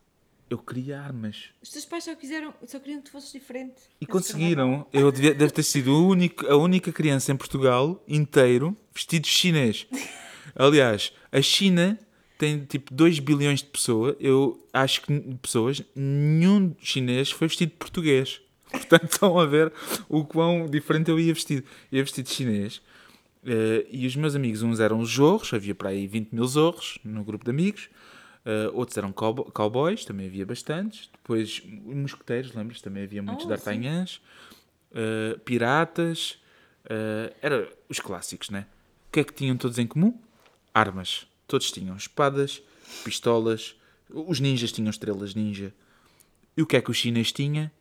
[SPEAKER 1] eu queria armas.
[SPEAKER 2] Os teus pais só, quiseram, só queriam que tu fosses diferente.
[SPEAKER 1] E
[SPEAKER 2] Esse
[SPEAKER 1] conseguiram. Eu devia, deve ter sido o único, a única criança em Portugal inteiro vestido de chinês. Aliás, a China tem tipo 2 bilhões de pessoas. Eu acho que n- pessoas, nenhum chinês foi vestido de português. [laughs] Portanto, estão a ver o quão diferente eu ia vestido. Ia vestido de chinês. Eh, e os meus amigos, uns eram zorros, havia para aí 20 mil zorros no grupo de amigos. Eh, outros eram cowbo- cowboys, também havia bastantes. Depois, mosqueteiros, lembras? Também havia muitos
[SPEAKER 2] Oh,
[SPEAKER 1] d'Artagnans. Eh, piratas. eh, era os clássicos, né? O que é que tinham todos em comum? Armas. Todos tinham espadas, pistolas. Os ninjas tinham estrelas ninja. E o que é que os chineses tinha?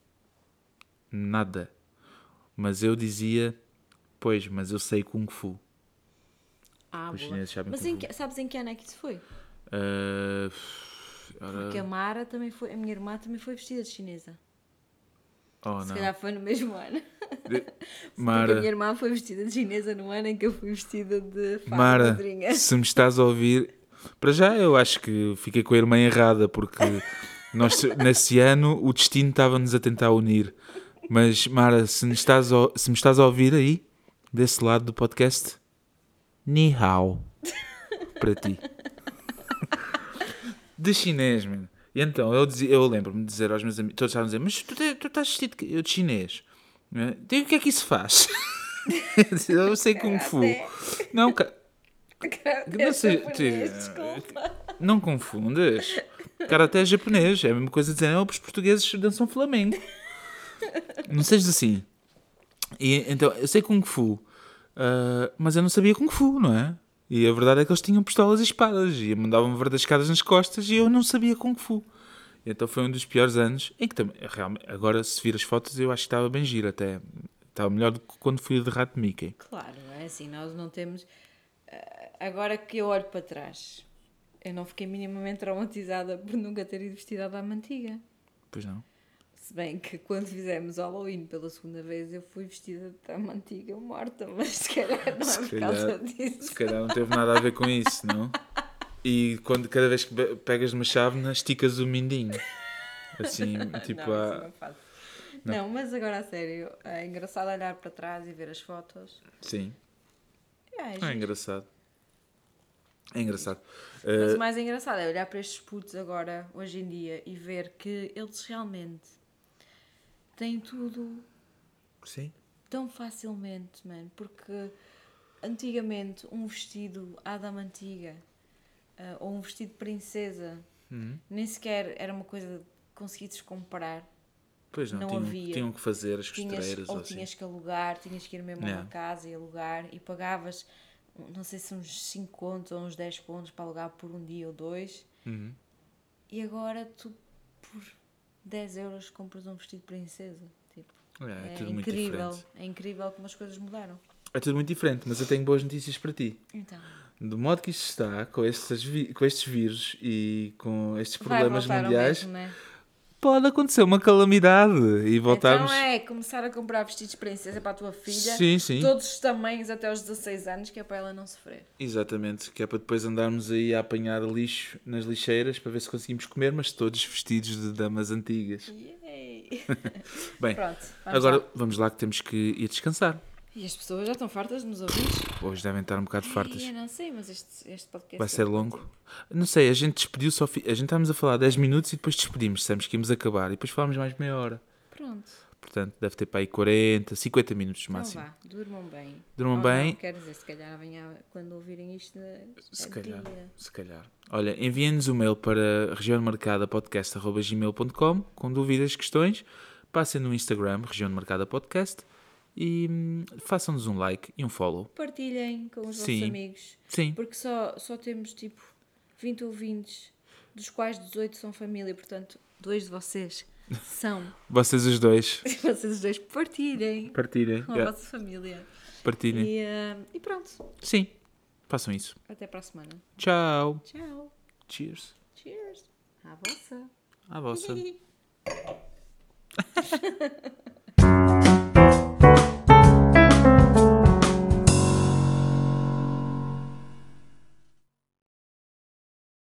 [SPEAKER 1] Nada. Mas eu dizia, pois, mas eu sei Kung Fu.
[SPEAKER 2] Ah,
[SPEAKER 1] Os
[SPEAKER 2] boa.
[SPEAKER 1] chineses sabem
[SPEAKER 2] Mas
[SPEAKER 1] tudo.
[SPEAKER 2] em que- sabes em que ano é que isso foi?
[SPEAKER 1] Ah, ora,
[SPEAKER 2] Porque a Mara também foi, a minha irmã também foi vestida de chinesa.
[SPEAKER 1] oh,
[SPEAKER 2] Se
[SPEAKER 1] não.
[SPEAKER 2] calhar foi no mesmo ano. [laughs] Porque a minha
[SPEAKER 1] Mara,
[SPEAKER 2] irmã foi vestida de chinesa no ano em que eu fui vestida de fada
[SPEAKER 1] Mara,
[SPEAKER 2] madrinha.
[SPEAKER 1] se me estás a ouvir, para já eu acho que fiquei com a irmã errada,
[SPEAKER 2] [laughs]
[SPEAKER 1] porque nós, nesse ano o destino estava-nos a tentar unir. Mas, Mara, se me estás a, se me estás a ouvir aí, desse lado do podcast, Ni Hao, para
[SPEAKER 2] [laughs]
[SPEAKER 1] ti. De chinês, mano. E então eu, dizia- eu lembro-me de dizer aos meus amigos, todos estavam a dizer, mas tu, te- tu estás vestido de, de chinês. não é? Digo, o que é que isso faz? [laughs] Eu dizia, eu
[SPEAKER 2] [laughs]
[SPEAKER 1] sei Kung Fu. Não, ca- não sei-
[SPEAKER 2] japonês,
[SPEAKER 1] te-
[SPEAKER 2] desculpa.
[SPEAKER 1] não confundas. Karate é japonês. É a mesma coisa dizer, oh, os portugueses dançam flamengo. Não sejas assim. E, então, eu sei Kung Fu, ah, mas eu não sabia Kung Fu, não é? E a verdade é que eles tinham pistolas e espadas e mandavam-me verdascadas nas costas e eu não sabia Kung Fu. E então foi um dos piores anos em que também, realmente, agora se vir as fotos eu acho que estava bem giro até. Estava melhor do que quando fui de rato Mickey.
[SPEAKER 2] Claro, é assim, nós não temos. Ah, Agora que eu olho para trás, eu não fiquei minimamente traumatizada por nunca ter ido vestida da mantiga.
[SPEAKER 1] Pois não.
[SPEAKER 2] Se bem que quando fizemos Halloween pela segunda vez, eu fui vestida da mantiga morta, mas se calhar não é por causa
[SPEAKER 1] calhar.
[SPEAKER 2] disso.
[SPEAKER 1] Se calhar não teve nada a ver com isso, não? E quando cada vez que be- pegas uma chávena, esticas o mindinho. Assim, tipo,
[SPEAKER 2] [laughs] não, isso é
[SPEAKER 1] ah,
[SPEAKER 2] não faço. Não, mas agora a sério, é engraçado olhar para trás e ver as fotos.
[SPEAKER 1] sim.
[SPEAKER 2] É, é
[SPEAKER 1] É
[SPEAKER 2] giro.
[SPEAKER 1] engraçado. É engraçado.
[SPEAKER 2] Mas
[SPEAKER 1] Uh,
[SPEAKER 2] o mais engraçado é olhar para estes putos agora, hoje em dia, e ver que eles realmente têm tudo
[SPEAKER 1] sim.
[SPEAKER 2] tão facilmente, mano. Porque antigamente um vestido Adam antiga ah, ou um vestido de princesa nem sequer era uma coisa que conseguires comprar.
[SPEAKER 1] Pois não,
[SPEAKER 2] Não
[SPEAKER 1] tinham,
[SPEAKER 2] havia.
[SPEAKER 1] tinham que fazer as
[SPEAKER 2] Tinhas,
[SPEAKER 1] costureiras ou
[SPEAKER 2] ou
[SPEAKER 1] assim.
[SPEAKER 2] tinhas que alugar, tinhas que ir mesmo a uma
[SPEAKER 1] Não.
[SPEAKER 2] casa e alugar e pagavas, não sei se uns 5 contos ou uns 10 contos para alugar por um dia ou dois.
[SPEAKER 1] Uhum.
[SPEAKER 2] E agora tu, por 10 euros, compras um vestido de princesa. Tipo,
[SPEAKER 1] É,
[SPEAKER 2] é,
[SPEAKER 1] é tudo muito
[SPEAKER 2] incrível,
[SPEAKER 1] diferente.
[SPEAKER 2] é incrível como as coisas mudaram.
[SPEAKER 1] É tudo muito diferente, mas eu tenho boas notícias para ti.
[SPEAKER 2] Então,
[SPEAKER 1] Do modo que isto está, com estes, vi- com estes vírus e com estes problemas
[SPEAKER 2] vai voltar ao
[SPEAKER 1] mundiais,
[SPEAKER 2] mesmo, né?
[SPEAKER 1] Pode acontecer uma calamidade e voltarmos.
[SPEAKER 2] Então é começar a comprar vestidos de princesa para a tua filha.
[SPEAKER 1] Sim, sim.
[SPEAKER 2] Todos os tamanhos até aos 16 anos, que é para ela não sofrer.
[SPEAKER 1] Exatamente, que é para depois andarmos aí a apanhar lixo nas lixeiras para ver se conseguimos comer, mas todos vestidos de damas antigas.
[SPEAKER 2] Yay!
[SPEAKER 1] Bem,
[SPEAKER 2] [laughs] Pronto, vamos
[SPEAKER 1] agora
[SPEAKER 2] lá.
[SPEAKER 1] vamos lá que temos que ir descansar.
[SPEAKER 2] E as pessoas já estão fartas de nos ouvir?
[SPEAKER 1] Hoje devem estar um bocado fartas.
[SPEAKER 2] Ai, é Eu não sei, mas este, este podcast.
[SPEAKER 1] Vai
[SPEAKER 2] é
[SPEAKER 1] ser longo. Não sei, a gente despediu só. fi- A gente estávamos a falar 10 minutos e depois despedimos. Dissemos que íamos acabar e depois falámos mais meia hora.
[SPEAKER 2] Pronto.
[SPEAKER 1] Portanto, deve ter para aí 40, 50 minutos no
[SPEAKER 2] Então
[SPEAKER 1] máximo.
[SPEAKER 2] vá, durmam bem.
[SPEAKER 1] Durmam
[SPEAKER 2] Ou
[SPEAKER 1] bem.
[SPEAKER 2] Não, quer dizer, se calhar amanhã, quando ouvirem isto, é
[SPEAKER 1] Se
[SPEAKER 2] é
[SPEAKER 1] calhar,
[SPEAKER 2] dia.
[SPEAKER 1] se calhar. Olha, enviem-nos um mail para regiãodemarcadapodcast.gmail.com com dúvidas, questões. Passem no Instagram, Região de Marcada Podcast, e hum, façam-nos um like e um follow.
[SPEAKER 2] Partilhem com os
[SPEAKER 1] Sim.
[SPEAKER 2] vossos amigos.
[SPEAKER 1] Sim,
[SPEAKER 2] Porque só, só temos tipo 20 ouvintes, dos quais 18 são família, portanto, dois
[SPEAKER 1] [laughs]
[SPEAKER 2] de vocês são.
[SPEAKER 1] vocês os dois.
[SPEAKER 2] vocês os dois partilhem
[SPEAKER 1] Partilhem.
[SPEAKER 2] com a
[SPEAKER 1] yeah,
[SPEAKER 2] vossa família.
[SPEAKER 1] Partilhem.
[SPEAKER 2] E, ah, e pronto,
[SPEAKER 1] Sim, façam isso.
[SPEAKER 2] até para a semana.
[SPEAKER 1] Tchau.
[SPEAKER 2] Tchau.
[SPEAKER 1] Cheers.
[SPEAKER 2] Cheers. À vossa.
[SPEAKER 1] À vossa.